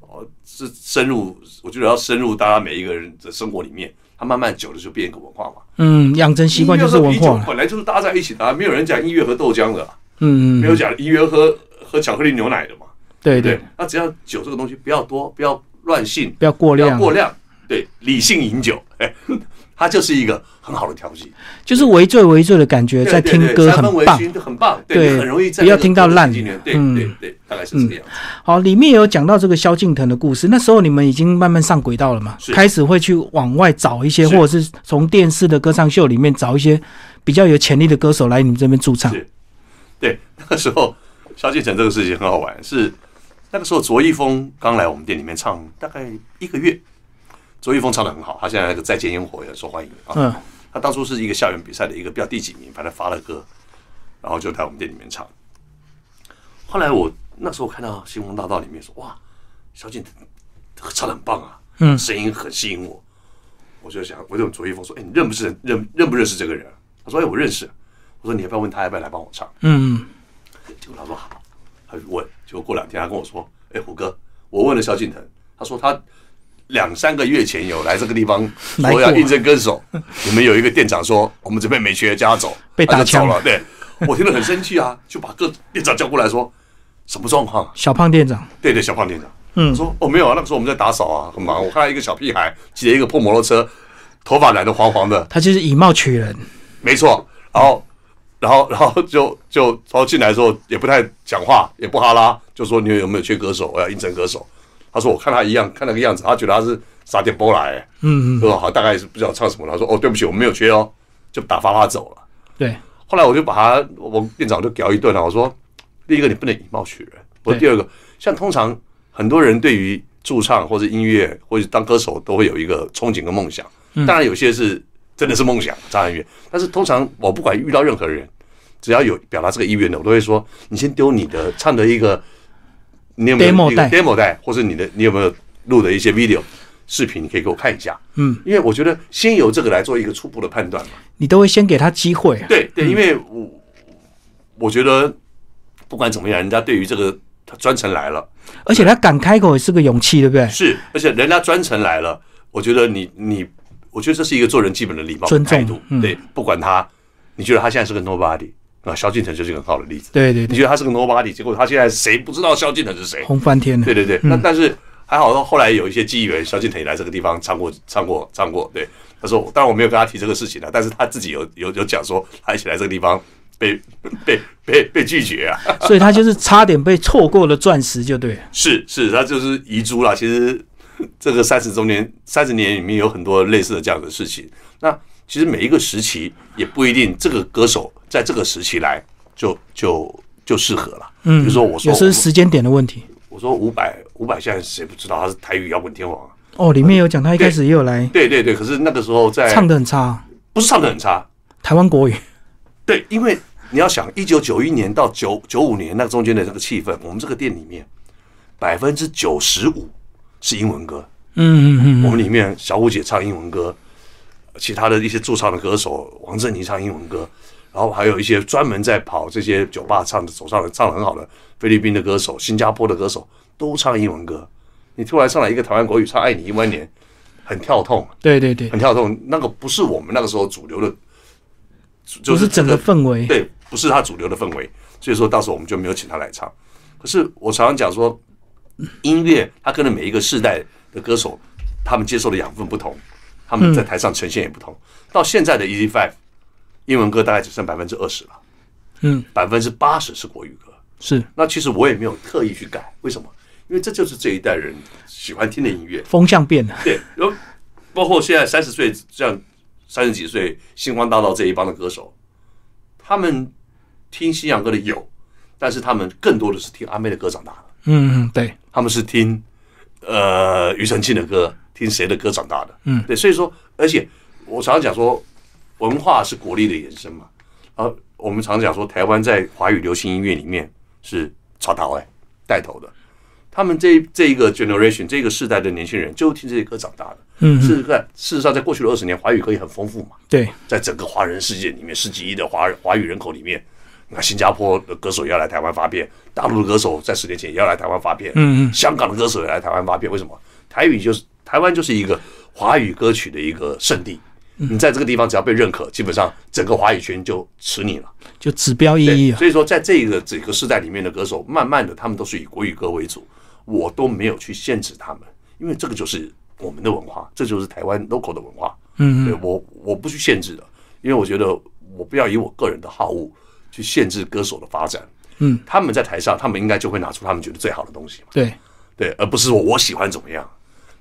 B: 哦，是深入，我觉得要深入大家每一个人的生活里面，他慢慢久了就变一个文化嘛。
A: 嗯，养成习惯就是文
B: 音乐和
A: 化
B: 啤酒
A: 了，
B: 本来就是搭在一起的、啊，没有人讲音乐和豆浆的啊、
A: 嗯
B: 没
A: 嗯，
B: 有讲音乐和和巧克力牛奶的嘛，
A: 对
B: 对
A: 对
B: 不对，？那只要酒这个东西不要多，不要乱性，
A: 不要过
B: 不要
A: 量，
B: 过量，对，理性饮酒，哎，它就是一个很好的调剂。
A: 就是微醉微醉的感觉，
B: 对
A: 在
B: 对
A: 听
B: 对
A: 歌
B: 三分
A: 很
B: 为
A: 棒。
B: 醺就很棒，
A: 对
B: 对，你很容易在
A: 不要
B: 那个
A: 听到
B: 歌的
A: 烂
B: 经典对
A: 嗯
B: 对对，大概是这个样子。
A: 好，里面有讲到这个萧敬腾的故事，那时候你们已经慢慢上轨道了嘛，
B: 是
A: 开始会去往外找一些，
B: 是
A: 或者是从电视的歌唱秀里面找一些比较有潜力的歌手来你们这边驻唱
B: 是。对， 那个时候萧敬腾这个事情很好玩，是那个时候卓一峰刚来我们店里面唱大概一个月，卓一峰唱的很好，他现在那个《再见烟火》也很受欢迎啊。
A: 嗯，
B: 他当初是一个校园比赛的一个不知道第几名，反正发了歌，然后就在我们店里面唱。后来我那时候看到《星光大道》里面说，哇，萧敬腾唱的很棒啊，
A: 嗯
B: 声音很吸引我，我就想，我就问卓一峰说，哎，你认不认认认不认识这个人？他说，哎，我认识。我说，你要不要问他要不要来帮我唱？
A: 嗯，
B: 结果他说好，他就问，结果过两天他跟我说，哎，胡哥，我问了萧敬腾，他说他两三个月前有来这个地方
A: 来
B: 说
A: 过
B: 要应征歌手，你们有一个店长说我们这边没缺，叫他走，
A: 被打
B: 他就走
A: 枪
B: 了，对我听了很生气啊，就把各店长叫过来说什么状况啊？
A: 小胖店长，
B: 对对，小胖店长，
A: 嗯
B: 我说哦没有啊，那个时候我们在打扫啊，很忙，我看到一个小屁孩骑着一个破摩托车，头发染得黄黄的，
A: 他就是以貌取人，
B: 没错。然后，然后，然后就就然后进来之后也不太讲话，也不哈拉，就说你有没有缺歌手？我要应征歌手。他说我看他一样，看那个样子，他觉得他是撒点波来、欸。
A: 嗯嗯，
B: 我说好，大概是不知道唱什么了。他说哦，对不起，我没有缺哦，就打发他走了。
A: 对，
B: 后来我就把他，我店长就屌一顿了。我说，第一个你不能以貌取人，我说
A: 对
B: 第二个，像通常很多人对于驻唱或者音乐或者当歌手都会有一个憧憬跟梦想，
A: 嗯
B: 当然有些是真的是梦想，当然远，但是通常我不管遇到任何人，只要有表达这个意愿的，我都会说，你先丢你的唱的一个，你有没有
A: Demo
B: 一个
A: 带
B: demo 带，或者你的你有没有录的一些 video 视频，你可以给我看一下，
A: 嗯，
B: 因为我觉得先由这个来做一个初步的判断嘛。
A: 你都会先给他机会啊。
B: 对对，因为我我觉得不管怎么样，人家对于这个他专程来了，
A: 而且他敢开口也是个勇气，对不对？
B: 是，而且人家专程来了，我觉得你你，我觉得这是一个做人基本的礼貌
A: 尊重嗯
B: 态度，对，不管他，你觉得他现在是个 nobody 啊，萧敬腾就是一个很好的例子，
A: 对对
B: 你
A: 对，
B: 觉得他是个 nobody，结果他现在谁不知道萧敬腾是谁？
A: 红翻天了
B: 对。对对，那但是还好，后来有一些机缘，萧敬腾也来这个地方唱过，唱过，唱过。对，他说，当然我没有跟他提这个事情了，但是他自己有有有讲说，他一起来这个地方被 被被被拒绝啊，
A: 所以他就是差点被错过了钻石，就对了。
B: 是是，他就是遗珠啦。其实这个三十周年、三十年里面有很多类似的这样的事情。那其实每一个时期也不一定这个歌手在这个时期来就就就适合了。嗯，比如说我说
A: 有
B: 我
A: 时候是时间点的问题。
B: 我说伍佰，伍佰现在谁不知道他是台语摇滚天王啊？
A: 哦，里面有讲他一开始也有来
B: 对对对，可是那个时候在
A: 唱的很差啊，
B: 不是唱的很差，
A: 台湾国语。
B: 对，因为你要想，一九九一年到九九五年那中间的这个气氛，我们这个店里面百分之九十五是英文歌，
A: 嗯嗯嗯，
B: 我们里面小虎姐唱英文歌，其他的一些驻唱的歌手王振宁唱英文歌，然后还有一些专门在跑这些酒吧唱的走上的唱的很好的菲律宾的歌手、新加坡的歌手都唱英文歌，你突然上来一个台湾国语唱《爱你一万年》，很跳痛。
A: 对对对，
B: 很跳动，那个不是我们那个时候主流的，主就
A: 不是整
B: 这
A: 个氛围。
B: 对，不是他主流的氛围，所以说到时候我们就没有请他来唱。可是我常常讲说，音乐它跟着每一个世代的歌手，他们接受的养分不同，他们在台上呈现也不同。到现在的 Easy Five，英文歌大概只剩百分之二十了，
A: 嗯，
B: 百分之八十是国语歌。
A: 是
B: 那其实我也没有特意去改，为什么？因为这就是这一代人喜欢听的音乐。
A: 风向变了，
B: 对，然后包括现在三十岁这样三十几岁星光大道这一帮的歌手，他们听西洋歌的有，但是他们更多的是听阿妹的歌长大的，
A: 嗯嗯，对，
B: 他们是听呃庾澄庆的歌，听谁的歌长大的，嗯，对，所以说，而且我常常讲说，文化是国力的延伸嘛，啊，我们常讲说台湾在华语流行音乐里面是潮头哎带头的，他们这这一个 generation 这个世代的年轻人就听这些歌长大的。嗯，事实在事实上，在过去的二十年，华语歌也很丰富嘛。
A: 对，
B: 在整个华人世界里面，十几亿的华华语人口里面，你看新加坡的歌手要来台湾发片，大陆的歌手在十年前也要来台湾发片，
A: 嗯嗯
B: 香港的歌手也来台湾发片，为什么？台语就是台湾就是一个华语歌曲的一个圣地。
A: 嗯
B: 你在这个地方只要被认可，基本上整个华语圈就吃你了。
A: 就指标意义
B: 对，
A: 啊，
B: 所以说在这个整个时代里面的歌手，慢慢的他们都是以国语歌为主，我都没有去限制他们，因为这个就是我们的文化，这就是台湾 local 的文化。嗯，对我我不去限制的，因为我觉得我不要以我个人的好恶去限制歌手的发展。嗯，他们在台上，他们应该就会拿出他们觉得最好的东西嘛。
A: 对，
B: 对，而不是说我喜欢怎么样。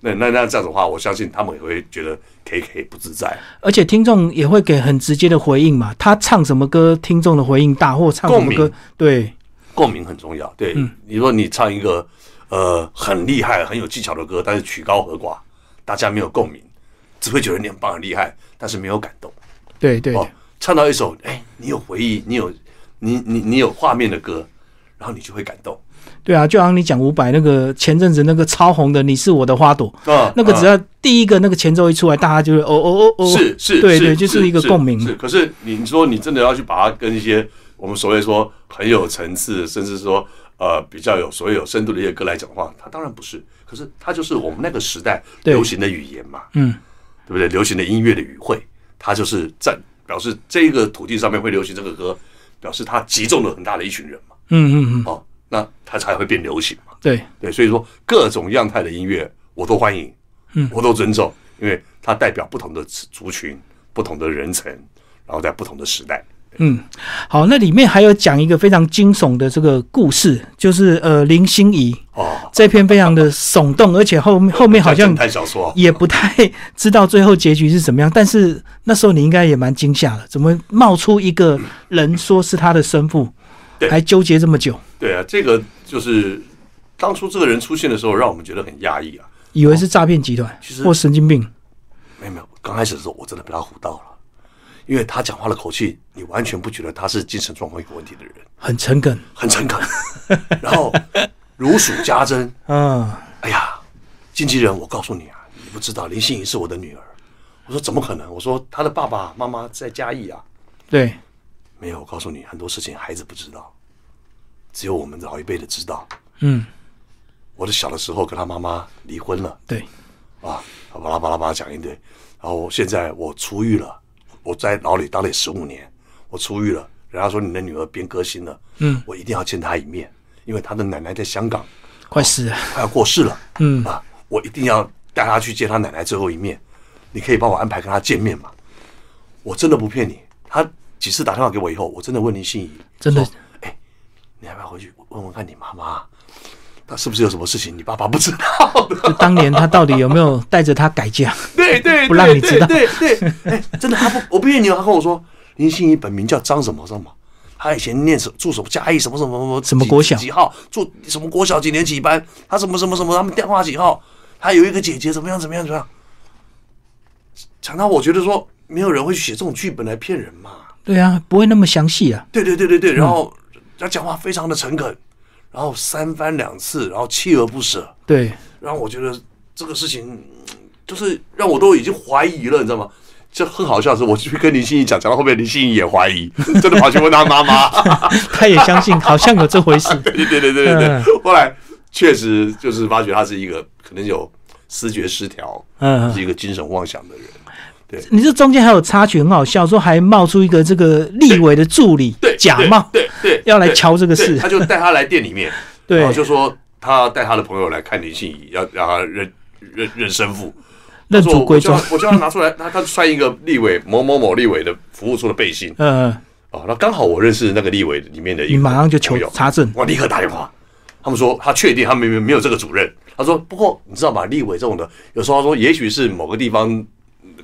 B: 那那那这样子的话，我相信他们也会觉得 K K 不自在。
A: 而且听众也会给很直接的回应嘛，他唱什么歌，听众的回应大，或唱什么
B: 共
A: 歌
B: 鸣，
A: 对，
B: 共鸣很重要。对，
A: 嗯
B: 你说你唱一个呃很厉害、很有技巧的歌，但是曲高和寡，大家没有共鸣，只会觉得你很棒、很厉害，但是没有感动。
A: 对对
B: 哦
A: 对，
B: 唱到一首哎，你有回忆，你有你你你有画面的歌，然后你就会感动。
A: 对啊，就好像你讲伍佰那个前阵子那个超红的《你是我的花朵》，
B: 啊
A: 那个
B: 啊
A: 只要第一个那个前奏一出来，大家就会哦哦哦哦，
B: 是是，
A: 对对，就是一个共鸣
B: 是，是可是你说你真的要去把它跟一些我们所谓说很有层次，甚至说呃比较有所谓有深度的一些歌来讲的话，它当然不是。可是它就是我们那个时代
A: 对
B: 流行的语言嘛，
A: 嗯，
B: 对不对？流行的音乐的语汇，它就是在表示这个土地上面会流行这个歌，表示它集中了很大的一群人嘛，
A: 嗯嗯嗯，
B: 哦，那它才会变流行嘛。
A: 对，
B: 对，所以说各种样态的音乐我都欢迎，嗯，我都尊重，因为它代表不同的族群、不同的人层，然后在不同的时代。
A: 嗯，好，那里面还有讲一个非常惊悚的这个故事，就是呃林心怡
B: 哦，
A: 这篇非常的耸动，而且后 面后面好像
B: 侦探小说，
A: 也不太知道最后结局是怎么样，但是那时候你应该也蛮惊吓的，怎么冒出一个人说是他的生父，
B: 对
A: 还纠结这么久，
B: 对啊，这个就是当初这个人出现的时候，让我们觉得很压抑啊。
A: 以为是诈骗集团
B: 其实
A: 或神经病，
B: 没有没有，刚开始的时候我真的被他唬到了，因为他讲话的口气，你完全不觉得他是精神状况有问题的人，
A: 很诚恳，
B: 很 诚恳，然后如数家珍，
A: 嗯，
B: 哎呀，经纪人，我告诉你啊，你不知道林心怡是我的女儿。我说怎么可能？我说她的爸爸妈妈在嘉义啊。
A: 对，
B: 没有，我告诉你，很多事情孩子不知道，只有我们老一辈的知道。
A: 嗯，
B: 我的小的时候跟他妈妈离婚了
A: 对，
B: 啊，巴拉巴拉巴拉讲一堆。然后现在我出狱了，我在牢里当了十五年，我出狱了。人家说你的女儿变歌星了，嗯，我一定要见她一面，因为她的奶奶在香港，
A: 快死了，
B: 快要呃过世了，
A: 嗯
B: 啊，我一定要带他去见他奶奶最后一面。你可以帮我安排跟他见面吗？我真的不骗你，他几次打电话给我以后，我真的问林心怡，
A: 真的
B: 说，哎、你要不要回去问问看你妈妈，她是不是有什么事情你爸爸不知道的？
A: 就当年他到底有没有带着他改 嫁？
B: 对对，
A: 不让你知道
B: 对对，对 哎、真的，他不，我不骗你哦，他跟我说，林心怡本名叫张什么什么，他以前念什住什么嘉义什么什么什么
A: 什么国小
B: 几几号，住什么国小几年几班，他什么什么什么，他们电话几号，他有一个姐姐怎么样怎么样怎么样，讲到我觉得说，没有人会写这种剧本来骗人嘛。
A: 对啊，不会那么详细啊，
B: 对对对对对，然后他讲话非常的诚恳，然后三番两次，然后锲而不舍，
A: 对，
B: 让我觉得这个事情嗯就是让我都已经怀疑了，你知道吗？这很好笑的是，我去跟林心怡讲，讲到后面，林心怡也怀疑， 真的跑去问她妈妈。
A: 他也相信好像有这回事，
B: 对对对对对对
A: 嗯
B: 对。后来确实就是发觉她是一个可能有思觉失调，
A: 嗯嗯
B: 是一个精神妄想的人。
A: 你这中间还有插曲，很好笑，说还冒出一个这个立委的助理
B: 对，
A: 假
B: 对
A: 冒，
B: 对对，
A: 要来
B: 对
A: 瞧这个事
B: 对他就带他来店里面，
A: 对
B: 然后就说他带他的朋友来看林心怡，要让他认认认生父，
A: 认
B: 他说
A: 祖
B: 我
A: 归
B: 就
A: 宗
B: 要，我就要拿出来，他他穿一个立委某某某立委的服务处的背心
A: 嗯，嗯
B: 哦，那刚好我认识那个立委里面的一个
A: 你马上就求
B: 朋友
A: 查证，
B: 我立刻打电话，他们说他确定他们没有没有这个主任。他说不过你知道吧，立委这种的，有时候他说也许是某个地方。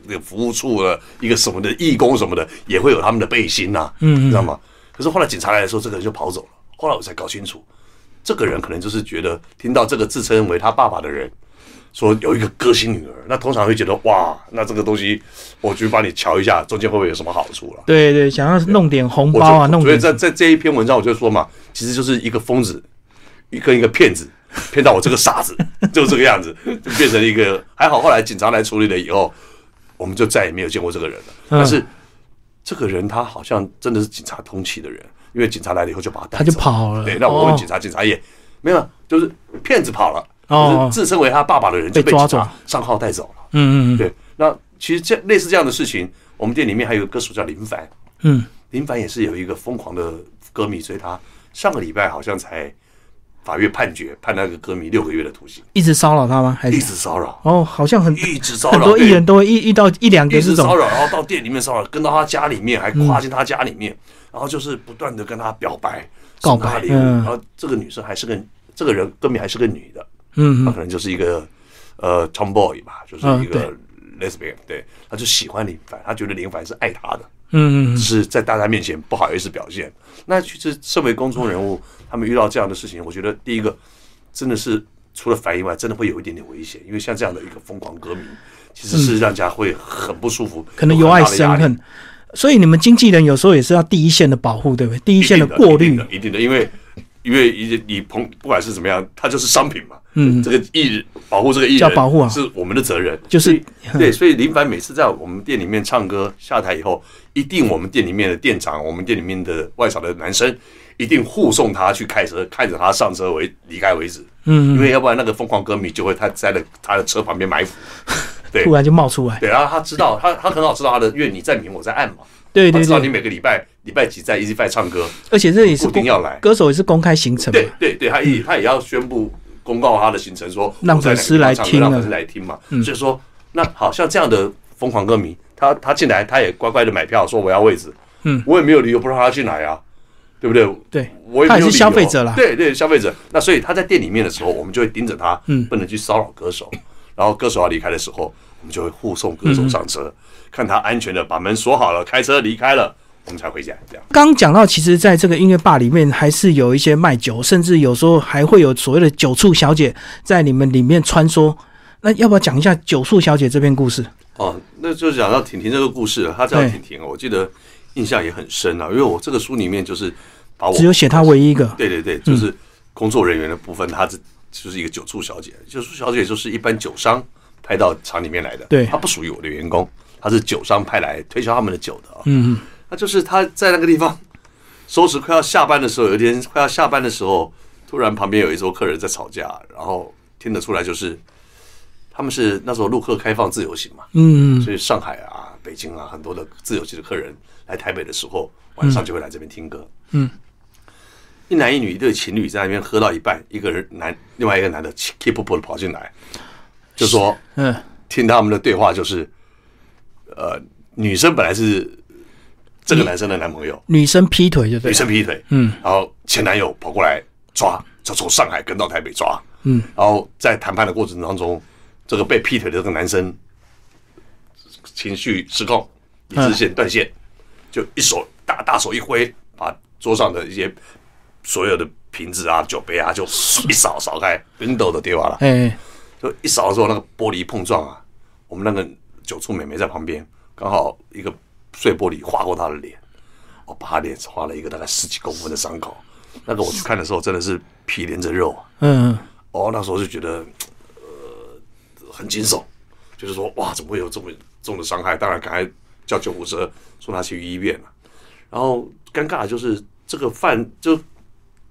B: 那个服务处的一个什么的义工什么的，也会有他们的背心呐、嗯，你知道吗？可是后来警察来的时候，这个人就跑走了。后来我才搞清楚，这个人可能就是觉得听到这个自称为他爸爸的人说有一个歌星女儿，那通常会觉得哇，那这个东西我去帮你瞧一下，中间会不会有什么好处啊了？
A: 对对，想要弄点红
B: 我
A: 包啊，弄
B: 所以
A: 点
B: 在在这一篇文章我就说嘛，其实就是一个疯子，一跟一个骗子，骗到我这个傻子，就这个样子，就变成一个还好。后来警察来处理了以后，我们就再也没有见过这个人了。但
A: 嗯
B: 是这个人他好像真的是警察通缉的人，因为警察来了以后就把他带
A: 他就
B: 走
A: 跑了
B: 对，那我问
A: 哦
B: 警察，警察也没有，就是骗子跑了，
A: 哦
B: 就是自称为他爸爸的人就
A: 被
B: 被
A: 抓
B: 警
A: 走
B: 察上铐带走了。
A: 嗯嗯嗯，
B: 对，那其实这类似这样的事情，我们店里面还有个歌手叫林凡，
A: 嗯，
B: 林凡也是有一个疯狂的歌迷追他，上个礼拜好像才法院判决判那个歌迷六个月的徒刑，
A: 一直骚扰他吗？还
B: 一
A: 是
B: 直骚扰，
A: 哦，好像很
B: 一直骚扰，
A: 很多艺
B: 对
A: 人都会遇遇到一两个
B: 一
A: 这
B: 直骚
A: 种，
B: 扰，然后到店里面骚扰，跟到他家里面，还跨进他家里面，然后就是不断的跟他表白，
A: 告
B: 送他
A: 白
B: 礼物，
A: 嗯
B: 然后这个女生还是个这个人根本还是个女的，
A: 嗯
B: 她
A: 嗯
B: 可能就是一个呃 tomboy 吧，就是
A: 嗯
B: 一个 lesbian，、对，她就喜欢林凡，她觉得林凡是爱她的，
A: 嗯嗯
B: 只
A: 嗯，
B: 是在大家面前不好意思表现。那其实身为公众人物，他们遇到这样的事情，我觉得第一个真的是除了烦以外，真的会有一点点危险，因为像这样的一个疯狂歌迷，其实是让人家会很不舒服，
A: 嗯可能
B: 有
A: 由
B: 很
A: 爱
B: 大的压
A: 生
B: 力。
A: 恨，所以你们经纪人有时候也是要第一线的保护，对不对？第一
B: 一定
A: 线
B: 的
A: 过滤，
B: 一定的，一定的因为因为你你朋不管是怎么样，它就是商品嘛。
A: 嗯
B: 这个艺人保护这个艺人，
A: 要保护啊
B: 是我们的责任。
A: 就是
B: 所以对，所以林凡每次在我们店里面唱歌下台以后，一定我们店里面的店长，我们店里面的外场的男生，一定护送他去开车，看着他上车为离开为止。嗯，因为要不然那个疯狂歌迷就会他在了他的车旁边埋伏。对
A: 突然就冒出来，
B: 对，然后他知道他他很好知道他的，因为你在明我在暗嘛。
A: 对
B: 他
A: 对
B: 知道你
A: 对，
B: 每个礼拜礼拜几在 Easy Five 唱歌，
A: 而且这也是
B: 固定
A: 公
B: 要来
A: 歌手也是公开行程嘛嗯
B: 对，对对，他也他也要宣布公告他的行程，说
A: 让
B: 我在哪
A: 粉丝
B: 个地方
A: 来
B: 唱歌
A: 听
B: 让
A: 啊
B: 粉丝来听嘛。所以说，那好像这样的疯狂歌迷，他他进来，他也乖乖的买票，说我要位置，
A: 嗯，
B: 我也没有理由不让他进来啊，对不对？
A: 对
B: 我也
A: 他
B: 没
A: 也
B: 有
A: 是
B: 理
A: 消
B: 由
A: 费者啦
B: 对对，消费者。那所以他在店里面的时候，我们就会盯着他，
A: 嗯
B: 不能去骚扰歌手。然后歌手要离开的时候，我们就会护送歌手上
A: 嗯
B: 车，看他安全的把门锁好了，开车离开了，我们才回家。这样
A: 刚讲到，其实在这个音乐吧里面，还是有一些卖酒，甚至有时候还会有所谓的酒醋小姐在你们里面穿梭。那要不要讲一下酒醋小姐这篇故事？
B: 哦，那就讲到婷婷这个故事了。她叫
A: 对
B: 婷婷，我记得印象也很深啊，因为我这个书里面就是把我
A: 只有写她嗯唯一一个，
B: 对对对，就是工作人员的部分，她这就是一个酒醋小姐。酒醋小姐就是一般酒商派到厂里面来的，
A: 对
B: 她不属于我的员工，她是酒商派来推销他们的酒的啊。嗯，那就是她在那个地方收拾快要下班的时候，有一天快要下班的时候，突然旁边有一桌客人在吵架，然后听得出来就是他们是那时候陆客开放自由行嘛，
A: 嗯，
B: 所以上海啊、北京啊，很多的自由行的客人来台北的时候，晚上就会来这边听歌。
A: 嗯，
B: 一男一女一对情侣在那边喝到一半，一个人男，另外一个男的 keep 不的跑进来，就说
A: 嗯，
B: 听他们的对话就是，呃，女生本来是这个男生的男朋友，
A: 女生劈腿就对了，
B: 女生劈腿，嗯，然后前男友跑过来抓，就从上海跟到台北抓，嗯，然后在谈判的过程当中，这个被劈腿的这个男生情绪失控，理智线断线，就一手大大手一挥，把桌上的一些所有的瓶子啊、酒杯啊，就一扫扫开，window 都丢完了。
A: 哎、
B: 就一扫的时候，那个玻璃碰撞啊，我们那个九处美眉在旁边，刚好一个碎玻璃划过她的脸，我把她脸划了一个大概十几公分的伤口。那个我去看的时候，真的是皮连着肉啊！
A: 嗯，
B: 哦，那时候就觉得，呃，很惊悚，就是说，哇，怎么会有这么重的伤害？当然，赶快叫救护车送她去医院了、然后尴尬的就是这个犯就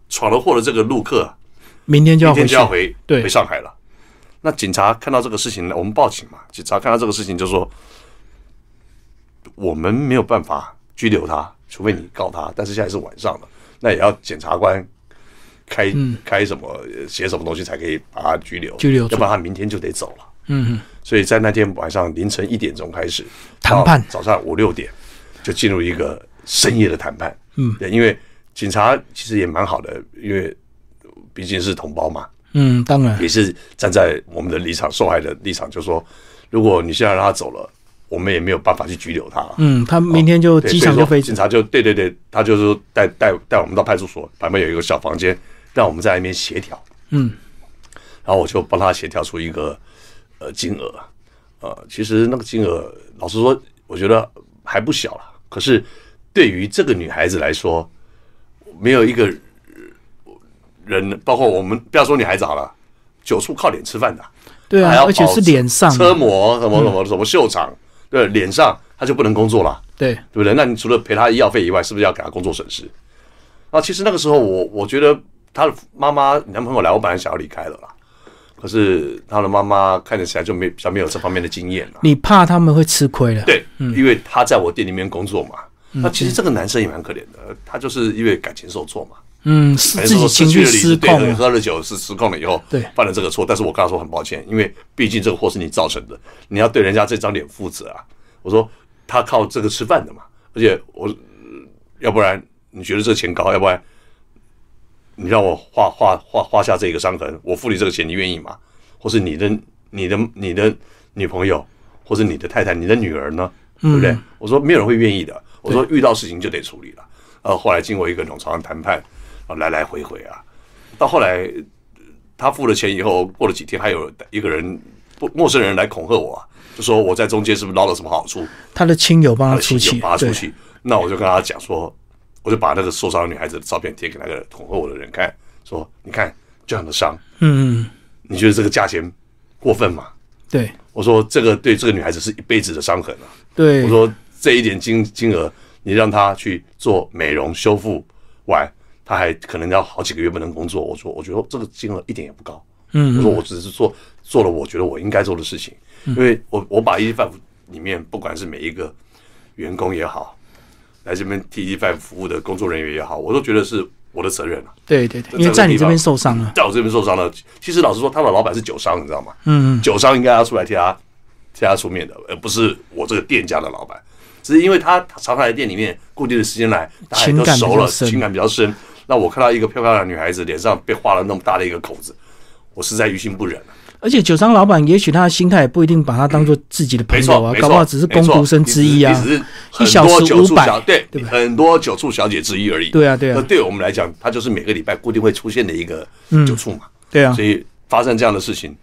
B: 闯了祸的这个陆客、啊，
A: 明天就要
B: 明
A: 回
B: 天
A: 去
B: 就要，回
A: 对
B: 回上海了。那警察看到这个事情，我们报警嘛，警察看到这个事情就说，我们没有办法拘留他，除非你告他。但是现在是晚上了，那也要检察官开、开什么呃写什么东西才可以把他拘留，
A: 嗯拘留住
B: 要不然他明天就得走了。
A: 嗯，
B: 所以在那天晚上凌晨一点钟开始
A: 谈判
B: 到早上五六点就进入一个深夜的谈判。嗯，对，因为警察其实也蛮好的，因为毕竟是同胞嘛，
A: 嗯，当然，
B: 也是站在我们的立场，受害的立场，就说，如果你现在让他走了，我们也没有办法去拘留他了。
A: 嗯，他明天就
B: 哦对
A: 机场
B: 所以
A: 就
B: 说
A: 飞走
B: 警，察就对对对，他就是说带带带我们到派出所旁边有一个小房间，让我们在那边协调。
A: 嗯，
B: 然后我就帮他协调出一个呃金额，呃，其实那个金额，老实说，我觉得还不小了。可是对于这个女孩子来说，没有一个呃人，包括我们不要说女孩子好了，酒醋靠脸吃饭的，
A: 对
B: 还
A: 啊，
B: 要
A: 而且
B: 保
A: 是脸上，
B: 车模什么什么什么秀场，对，脸上他就不能工作了，
A: 对，
B: 对不对？那你除了赔他医药费以外，是不是要给他工作损失？啊，其实那个时候我我觉得他的妈妈男朋友来，我本来想要离开了啦，可是他的妈妈看得起来就没比较没有这方面的经验了。
A: 你怕他们会吃亏了，
B: 对，因为他在我店里面工作嘛。那其实这个男生也蛮可怜的，他就是因为感情受挫嘛，
A: 嗯，是
B: 还是
A: 自己
B: 说
A: 情
B: 哎失
A: 绪
B: 去了理智
A: 失
B: 对
A: 控了，
B: 喝了酒是失控了以后，
A: 对
B: 犯了这个错。但是我跟他说很抱歉，因为毕竟这个祸是你造成的，你要对人家这张脸负责啊。我说他靠这个吃饭的嘛，而且我呃要不然你觉得这个钱高，要不然你让我画画画画下这个伤痕，我付你这个钱，你愿意吗？或是你的你的你的女朋友，或是你的太太、你的女儿呢？对不对？我说没有人会愿意的。我说遇到事情就得处理了。呃，后来经过一个冗长的谈判，啊，来来回回啊，到后来呃他付了钱以后，过了几天，还有一个人不陌生人来恐吓我啊，就说我在中间是不是捞了什么好处？
A: 他的亲友帮
B: 他
A: 他
B: 的
A: 出
B: 亲
A: 气
B: 戚把他，出
A: 对，
B: 去。那我就跟他讲说，我就把那个受伤的女孩子的照片贴给那个恐吓我的人看，说你看这样的伤，
A: 嗯，嗯
B: 你觉得这个价钱过分吗？
A: 对
B: 我说这个对这个女孩子是一辈子的伤痕啊。
A: 对
B: 我，说这一点金金额，你让她去做美容修复完，她还可能要好几个月不能工作。我说，我觉得这个金额一点也不高。
A: 嗯
B: 我说我只是做做了我觉得我应该做的事情，因为我我把 E Five 里面不管是每一个员工也好，来这边替 E Five 服务的工作人员也好，我都觉得是我的责任啊。
A: 对对对，
B: 这
A: 因为在你这边
B: 这个
A: 受伤了，
B: 在我这边受伤了，其实老实说，他的老板是酒商，你知道吗？
A: 嗯，嗯
B: 酒商应该要出来替他替他出面的，而不是我这个店家的老板。只是因为他常常来店里面，固定的时间来，大家也都熟了，
A: 情感比较深
B: 情感比较深。那我看到一个漂漂亮的女孩子脸上被划了那么大的一个口子，我实在于心不忍啊。
A: 而且酒商老板也许他的心态也不一定把他当做自己的朋
B: 没
A: 友
B: 错，
A: 啊
B: 没，错
A: 搞不好只是工读生之一啊
B: 你只是，
A: 一
B: 你只是
A: 小
B: 很多
A: 时
B: 酒
A: 五
B: 醋小
A: 百，
B: 对，很多酒醋小姐之一而已。
A: 对啊对啊
B: 那对我们来讲，她就是每个礼拜固定会出现的一个酒醋嘛。
A: 对啊
B: 所，以发生这样的事情，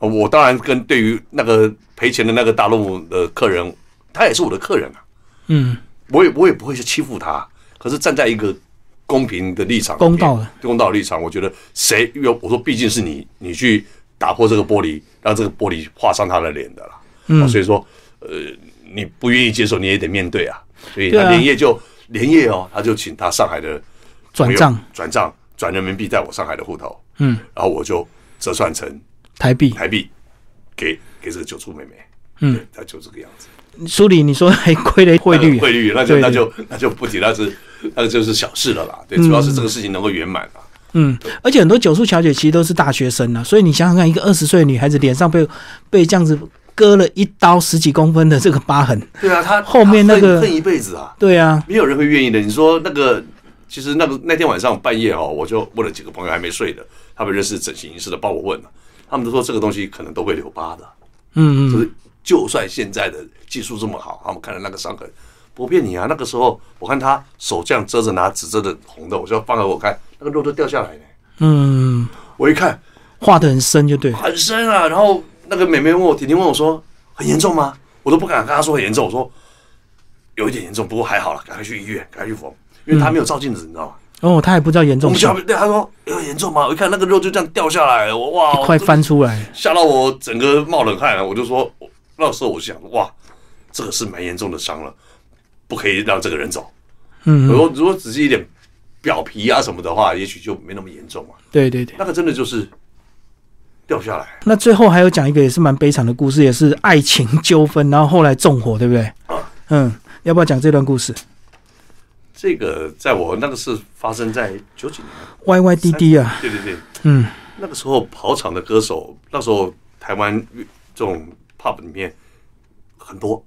B: 呃我当然跟对于那个赔钱的那个大陆的客人，他也是我的客人啊，
A: 嗯，
B: 我也我也不会去欺负他，可是站在一个公平的立场，
A: 公道的
B: 公道的立场，我觉得谁因为我说毕竟是你你去打破这个玻璃，让这个玻璃划伤他的脸的啦，嗯、所以说呃你不愿意接受你也得面对啊，所以
A: 对啊
B: 他连夜就、连夜哦，他就请他上海的
A: 转账
B: 转账转人民币在我上海的户头，
A: 嗯，
B: 然后我就折算成
A: 台币。
B: 台币给给这个九处妹妹，嗯，她就这个样子。
A: 书里你说还亏了汇率，啊
B: 汇率，那就
A: 对
B: 那就那就不提，那是那个就是小事了啦。对，主要是这个事情能够圆满啊。
A: 嗯，而且很多九宿小姐其实都是大学生啊，所以你想想看，一个二十岁的女孩子脸上被被这样子割了一刀十几公分的这个疤痕，
B: 对啊，他
A: 后面
B: 他
A: 那
B: 恨
A: 个
B: 恨一辈子啊，
A: 对啊，
B: 没有人会愿意的。你说那个，其实那个那天晚上半夜哦，我就问了几个朋友还没睡的，他们认识整形医师的，帮我问了，他们都说这个东西可能都会留疤的。
A: 嗯
B: 就
A: 嗯，
B: 是就算现在的技术这么好，他们看了那个伤痕，不骗你啊，那个时候我看他手这样遮着拿纸遮着红的，我就放给我看，那个肉都掉下来了。
A: 嗯，
B: 我一看
A: 画的很深就对，
B: 很深啊，然后那个美眉问我，婷婷问我说很严重吗？我都不敢跟她说很严重，我说有一点严重，不过还好了，赶快去医院，赶快去缝，因为她没有照镜子，你知道吗？
A: 哦，她还不知道严
B: 我
A: 重
B: 们
A: 性
B: 小，对她说有严重吗？我一看那个肉就这样掉下来了，我哇，
A: 快翻出来，
B: 吓到我整个冒冷汗了。啊我就说，我那时候我想，哇，这个是蛮严重的伤了，不可以让这个人走。
A: 嗯
B: 我说，如果仔细一点，表皮啊什么的话，也许就没那么严重啊。
A: 对对对。
B: 那个真的就是掉下来
A: 那最后还有讲一个也是蛮悲惨的故事，也是爱情纠纷，然后后来纵火，对不对？
B: 啊。
A: 嗯，要不要讲这段故事
B: 这个在我那个是发生在九几年，
A: ？Y Y D D 啊，
B: 对对对，
A: 嗯，
B: 那个时候跑场的歌手，那时候台湾这种 pub 里面很多，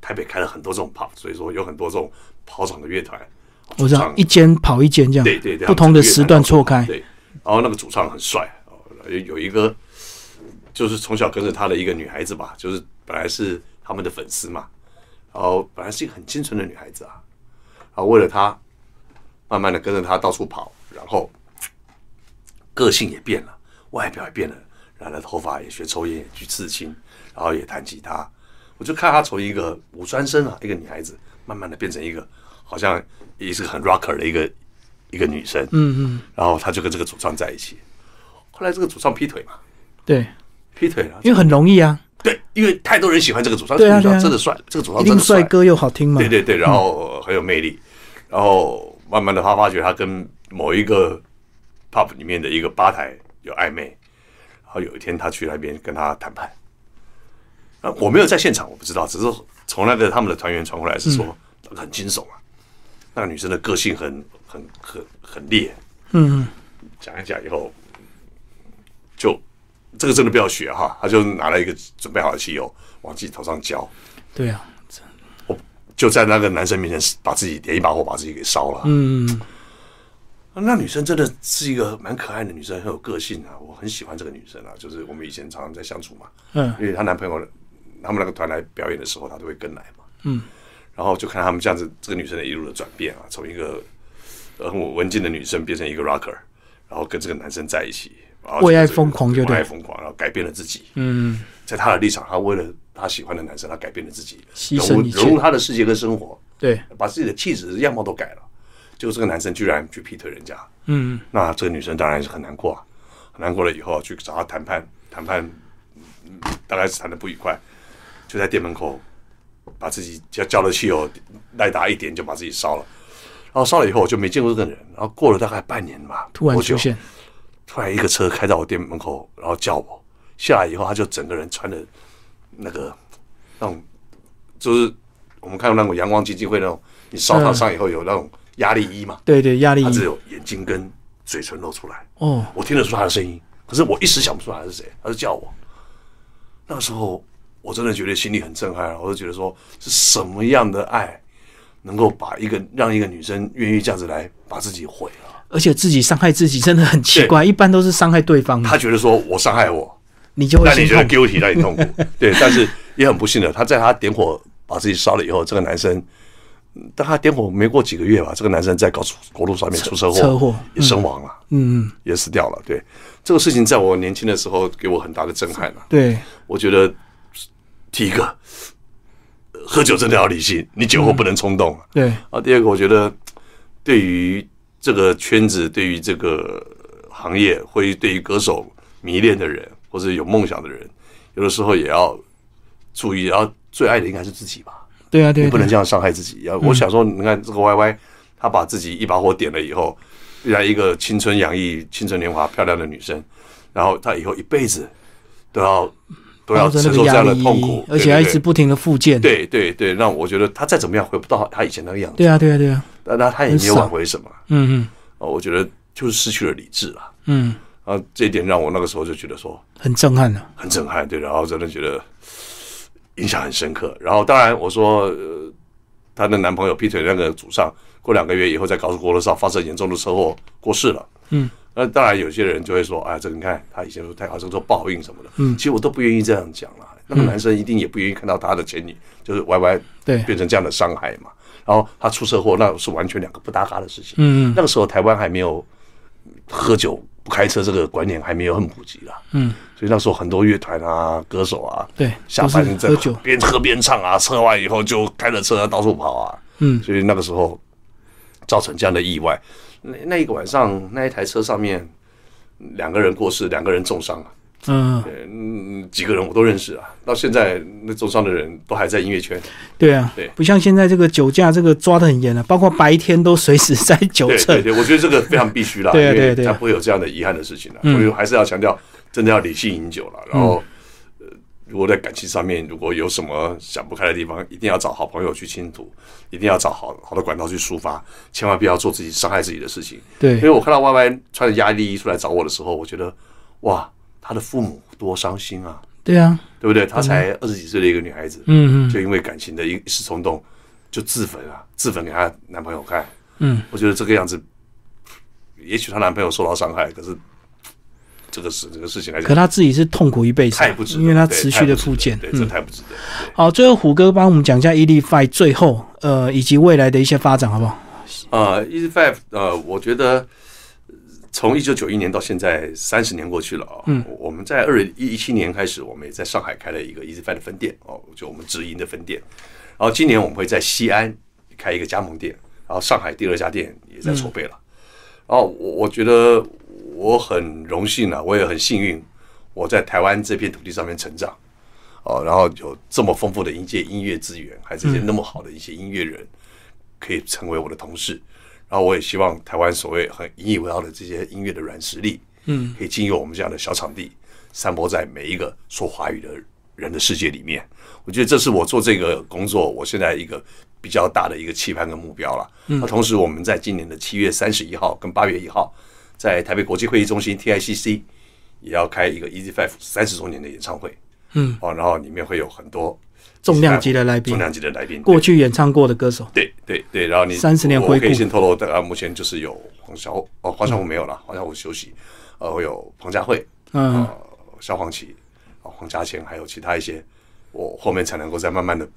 B: 台北开了很多这种 pub，所以说有很多这种跑场的乐团。
A: 我知道
B: 唱
A: 一间跑一间这样，
B: 对对对，
A: 不同的时段错开，
B: 对，然后那个主唱很帅，哦有有一个就是从小跟着他的一个女孩子吧，就是本来是他们的粉丝嘛，然后本来是一个很清纯的女孩子啊，然后为了他，慢慢的跟着他到处跑，然后个性也变了，外表也变了，染了头发，也学抽烟，也去刺青，然后也弹吉他。我就看她从一个五专生啊，一个女孩子，慢慢的变成一个好像也是个很 rocker 的一个一个女生。嗯嗯。然后她就跟这个主唱在一起，后来这个主唱劈腿嘛，
A: 对，
B: 劈腿了。
A: 因为很容易啊，
B: 对，因为太多人喜欢这个主唱，
A: 对啊
B: 这
A: 对
B: 个主唱
A: 啊
B: 真的帅，这个主唱
A: 一
B: 哦真
A: 定
B: 的
A: 帅哥又好听嘛。
B: 对对对，然后呃很有魅力，然后慢慢的他发觉他跟某一个 pub 里面的一个吧台有暧昧，然后有一天他去那边跟他谈判，啊，我没有在现场，我不知道，只是从那个他们的团员传回来是说、
A: 嗯
B: 那个很惊悚啊，那个女生的个性很很很很烈，
A: 嗯，
B: 讲一讲以后，就这个真的不要学哈，他就拿了一个准备好的汽油往自己头上浇。
A: 对啊，
B: 我就在那个男生面前把自己点一把火，把自己给烧了。嗯，那女生真的是一个蛮可爱的女生，很有个性啊，我很喜欢这个女生啊。就是我们以前常常在相处嘛，
A: 嗯
B: 因为她男朋友他们那个团来表演的时候，她都会跟来嘛。嗯，然后就看他们这样子，这个女生的一路的转变啊，从一个呃很文静的女生变成一个 rocker，然后跟这个男生在一起，然后
A: 为爱疯狂就对
B: 为爱疯狂，然后改变了自己。嗯，在她的立场，她为了她喜欢的男生，她改变了自己，
A: 牺牲
B: 融入
A: 一切
B: 融入她的世界跟生活。
A: 对，
B: 把自己的气质样貌都改了，结果这个男生居然去劈腿人家，
A: 嗯，
B: 那这个女生当然是很难过啊，很难过了以后去找他谈判，谈判，嗯大概是谈的不愉快，就在店门口把自己浇浇了汽油，赖打一点就把自己烧了，然后烧了以后我就没见过这个人，然后过了大概半年吧，
A: 突然
B: 多
A: 出
B: 久
A: 现，
B: 突然一个车开到我店门口，然后叫我下来以后，他就整个人穿的那个那种，就是我们看到那种阳光基金会那种，你烧烫伤以后有那种压力衣嘛，
A: 对对，压力
B: 他只有眼睛跟嘴唇露出来，
A: 哦，
B: 我听得出他的声音，可是我一时想不出来他是谁，他就叫我。那时候我真的觉得心里很震撼啊，我就觉得说是什么样的爱，能够把一个让一个女生愿意这样子来把自己毁了。
A: 而且自己伤害自己真的很奇怪，一般都是伤害对方嘛，
B: 他觉得说我伤害我，
A: 你就会
B: 让
A: 心
B: 你觉
A: 痛
B: 得。guilty，让你痛苦。对，但是也很不幸的，他在他点火把自己烧了以后，这个男生，嗯但他点火没过几个月吧，这个男生在高速国路上面出车祸，
A: 车祸
B: 也身亡了，
A: 嗯，嗯
B: 也死掉了。对，这个事情在我年轻的时候给我很大的震撼啊。
A: 对，
B: 我觉得第一个，呃喝酒真的要理性，你酒后不能冲动啊。
A: 对，
B: 啊，第二个，我觉得对于这个圈子、对于这个行业，或者对于歌手迷恋的人，或者有梦想的人，有的时候也要注意，要最爱的应该是自己吧，
A: 对啊，对嗯
B: 你
A: 啊，
B: 不能
A: 对啊
B: 这样伤害自己。要我小时候，你看这个 Y Y，他把自己一把火点了以后，来一个青春洋溢、青春年华、漂亮的女生，然后她以后一辈子都要都要
A: 抱着
B: 承
A: 那
B: 受
A: 个压
B: 这样的
A: 力
B: 痛苦，，
A: 而
B: 对
A: 且
B: 对
A: 还一
B: 对
A: 直不停的复健。
B: 对对对，那我觉得他再怎么样回不到他以前那个样子。
A: 对啊，对啊，对啊，
B: 但他他也没有挽回什么
A: 嗯嗯
B: 啊，我觉得就是失去了理智了
A: 嗯，
B: 啊，这一点让我那个时候就觉得说
A: 很震撼啊。
B: 很震撼，对，然后真的觉得印象很深刻。然后当然我说，呃，她的男朋友劈腿那个主上，过两个月以后在高速公路上发生严重的车祸过世了，
A: 嗯，
B: 那当然有些人就会说，哎，这个你看他以前说太好，这个说报应什么的，嗯，其实我都不愿意这样讲啦。那个
A: 嗯
B: 男生一定也不愿意看到他的前女就是 Y Y
A: 对
B: 变成这样的伤害嘛。然后他出车祸，那是完全两个不搭嘎的事情。
A: 嗯
B: 那个时候台湾还没有喝酒不开车这个观念还没有很普及啦。嗯，所以那时候很多乐团啊、歌手啊，
A: 对
B: 下班
A: 都是
B: 在
A: 喝酒
B: 边喝边唱啊，唱完以后就开着车到处跑啊。
A: 嗯
B: 所以那个时候造成这样的意外。那那一个晚上，那一台车上面两个人过世，两个人重伤啊。
A: 嗯，嗯
B: 嗯，几个人我都认识啊，到现在那重伤的人都还在音乐圈。
A: 对啊
B: 对，
A: 不像现在这个酒驾这个抓的很严啊，包括白天都随时在酒
B: 对 对
A: 测。
B: 对，我觉得这个非常必须啦，
A: 对啊
B: 因
A: 对
B: 为
A: 啊对啊嗯
B: 才不会有这样的遗憾的事情啦。所以还是要强调，真的要理性饮酒了。然后，呃如果在感情上面如果有什么想不开的地方，一定要找好朋友去倾吐，一定要找好好的管道去抒发，千万不要做自己伤害自己的事情。因为
A: 对
B: 我看到 Y Y 穿着压力衣出来找我的时候，我觉得哇，他的父母多伤心啊，
A: 对啊，
B: 对不对？她才二十几岁的一个女孩子，
A: 嗯嗯，
B: 就因为感情的一一时冲动，就自焚啊，自焚给她男朋友看。
A: 嗯，
B: 我觉得这个样子，也许她男朋友受到伤害，可是这个事这个事情来
A: 可
B: 讲，
A: 他自己是痛苦一辈子啊
B: 太不值，得，
A: 因为他
B: 对
A: 持续
B: 太
A: 的
B: 不值
A: 复
B: 得
A: 健。
B: 对，这
A: 嗯，
B: 太不值得。对
A: 好，最后虎哥帮我们讲一下 EDFI 最后呃以及未来的一些发展，好不好？
B: 呃 e a s y Five，呃，我觉得从一九九一年到现在三十年过去了啊、嗯，我们在二一一七年开始，我们也在上海开了一个 e a s y Five 的分店哦，就我们直营的分店。然后今年我们会在西安开一个加盟店，然后上海第二家店也在筹备了。然后我我觉得我很荣幸啊，我也很幸运，我在台湾这片土地上面成长。哦，然后有这么丰富的一些音乐资源，还是一些那么好的一些音乐人，可以成为我的同事。然后我也希望台湾所谓很引以为傲的这些音乐的软实力，嗯，可以经由我们这样的小场地，散播在每一个说华语的人的世界里面。我觉得这是我做这个工作，我现在一个比较大的一个期盼跟目标了。那同时，我们在今年的七月三十一号跟八月一号，在台北国际会议中心 TICC 也要开一个 Easy Five 三十周年的演唱会。嗯，哦，然后里面会有很多
A: 重量级的来宾
B: 重量级的来宾，
A: 过去演唱过的歌手，
B: 对对对，然后你
A: 30年
B: 我
A: 回
B: 我可以
A: 顾
B: 先透露，大家目前就是有黄小哦，黄小虎没有了，黄小虎休息，呃，会有彭佳慧，
A: 嗯，
B: 呃，萧煌奇，啊，黄家千，还有其他一些，我后面才能够再慢慢的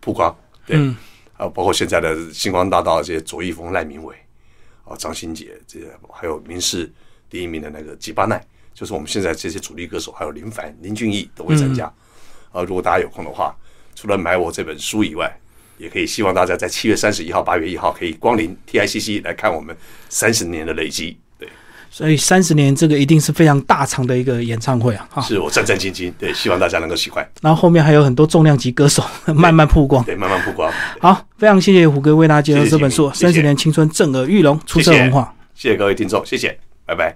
B: 曝光，对，啊，包括现在的星光大道这些左一峰、赖明伟，啊，张新杰这些，还有民视第一名的那个吉巴奈，就是我们现在这些主力歌手，还有林凡、林俊逸都会参加。啊，如果大家有空的话，除了买我这本书以外，也可以希望大家在七月三十一号、八月一号可以光临 TICC 来看我们三十年的累积。对，
A: 所以三十年这个一定是非常大场的一个演唱会啊，哈。
B: 是我战战兢兢，对，希望大家能够喜欢，
A: 然后后面还有很多重量级歌手 慢慢曝光。
B: 对，慢慢曝光。
A: 好，非常谢谢虎哥为大家介绍这本书《
B: 谢谢
A: 三
B: 谢
A: 十
B: 谢
A: 年青春震耳欲聋》，出色
B: 谢谢
A: 文化。
B: 谢谢各位听众，谢谢，拜拜。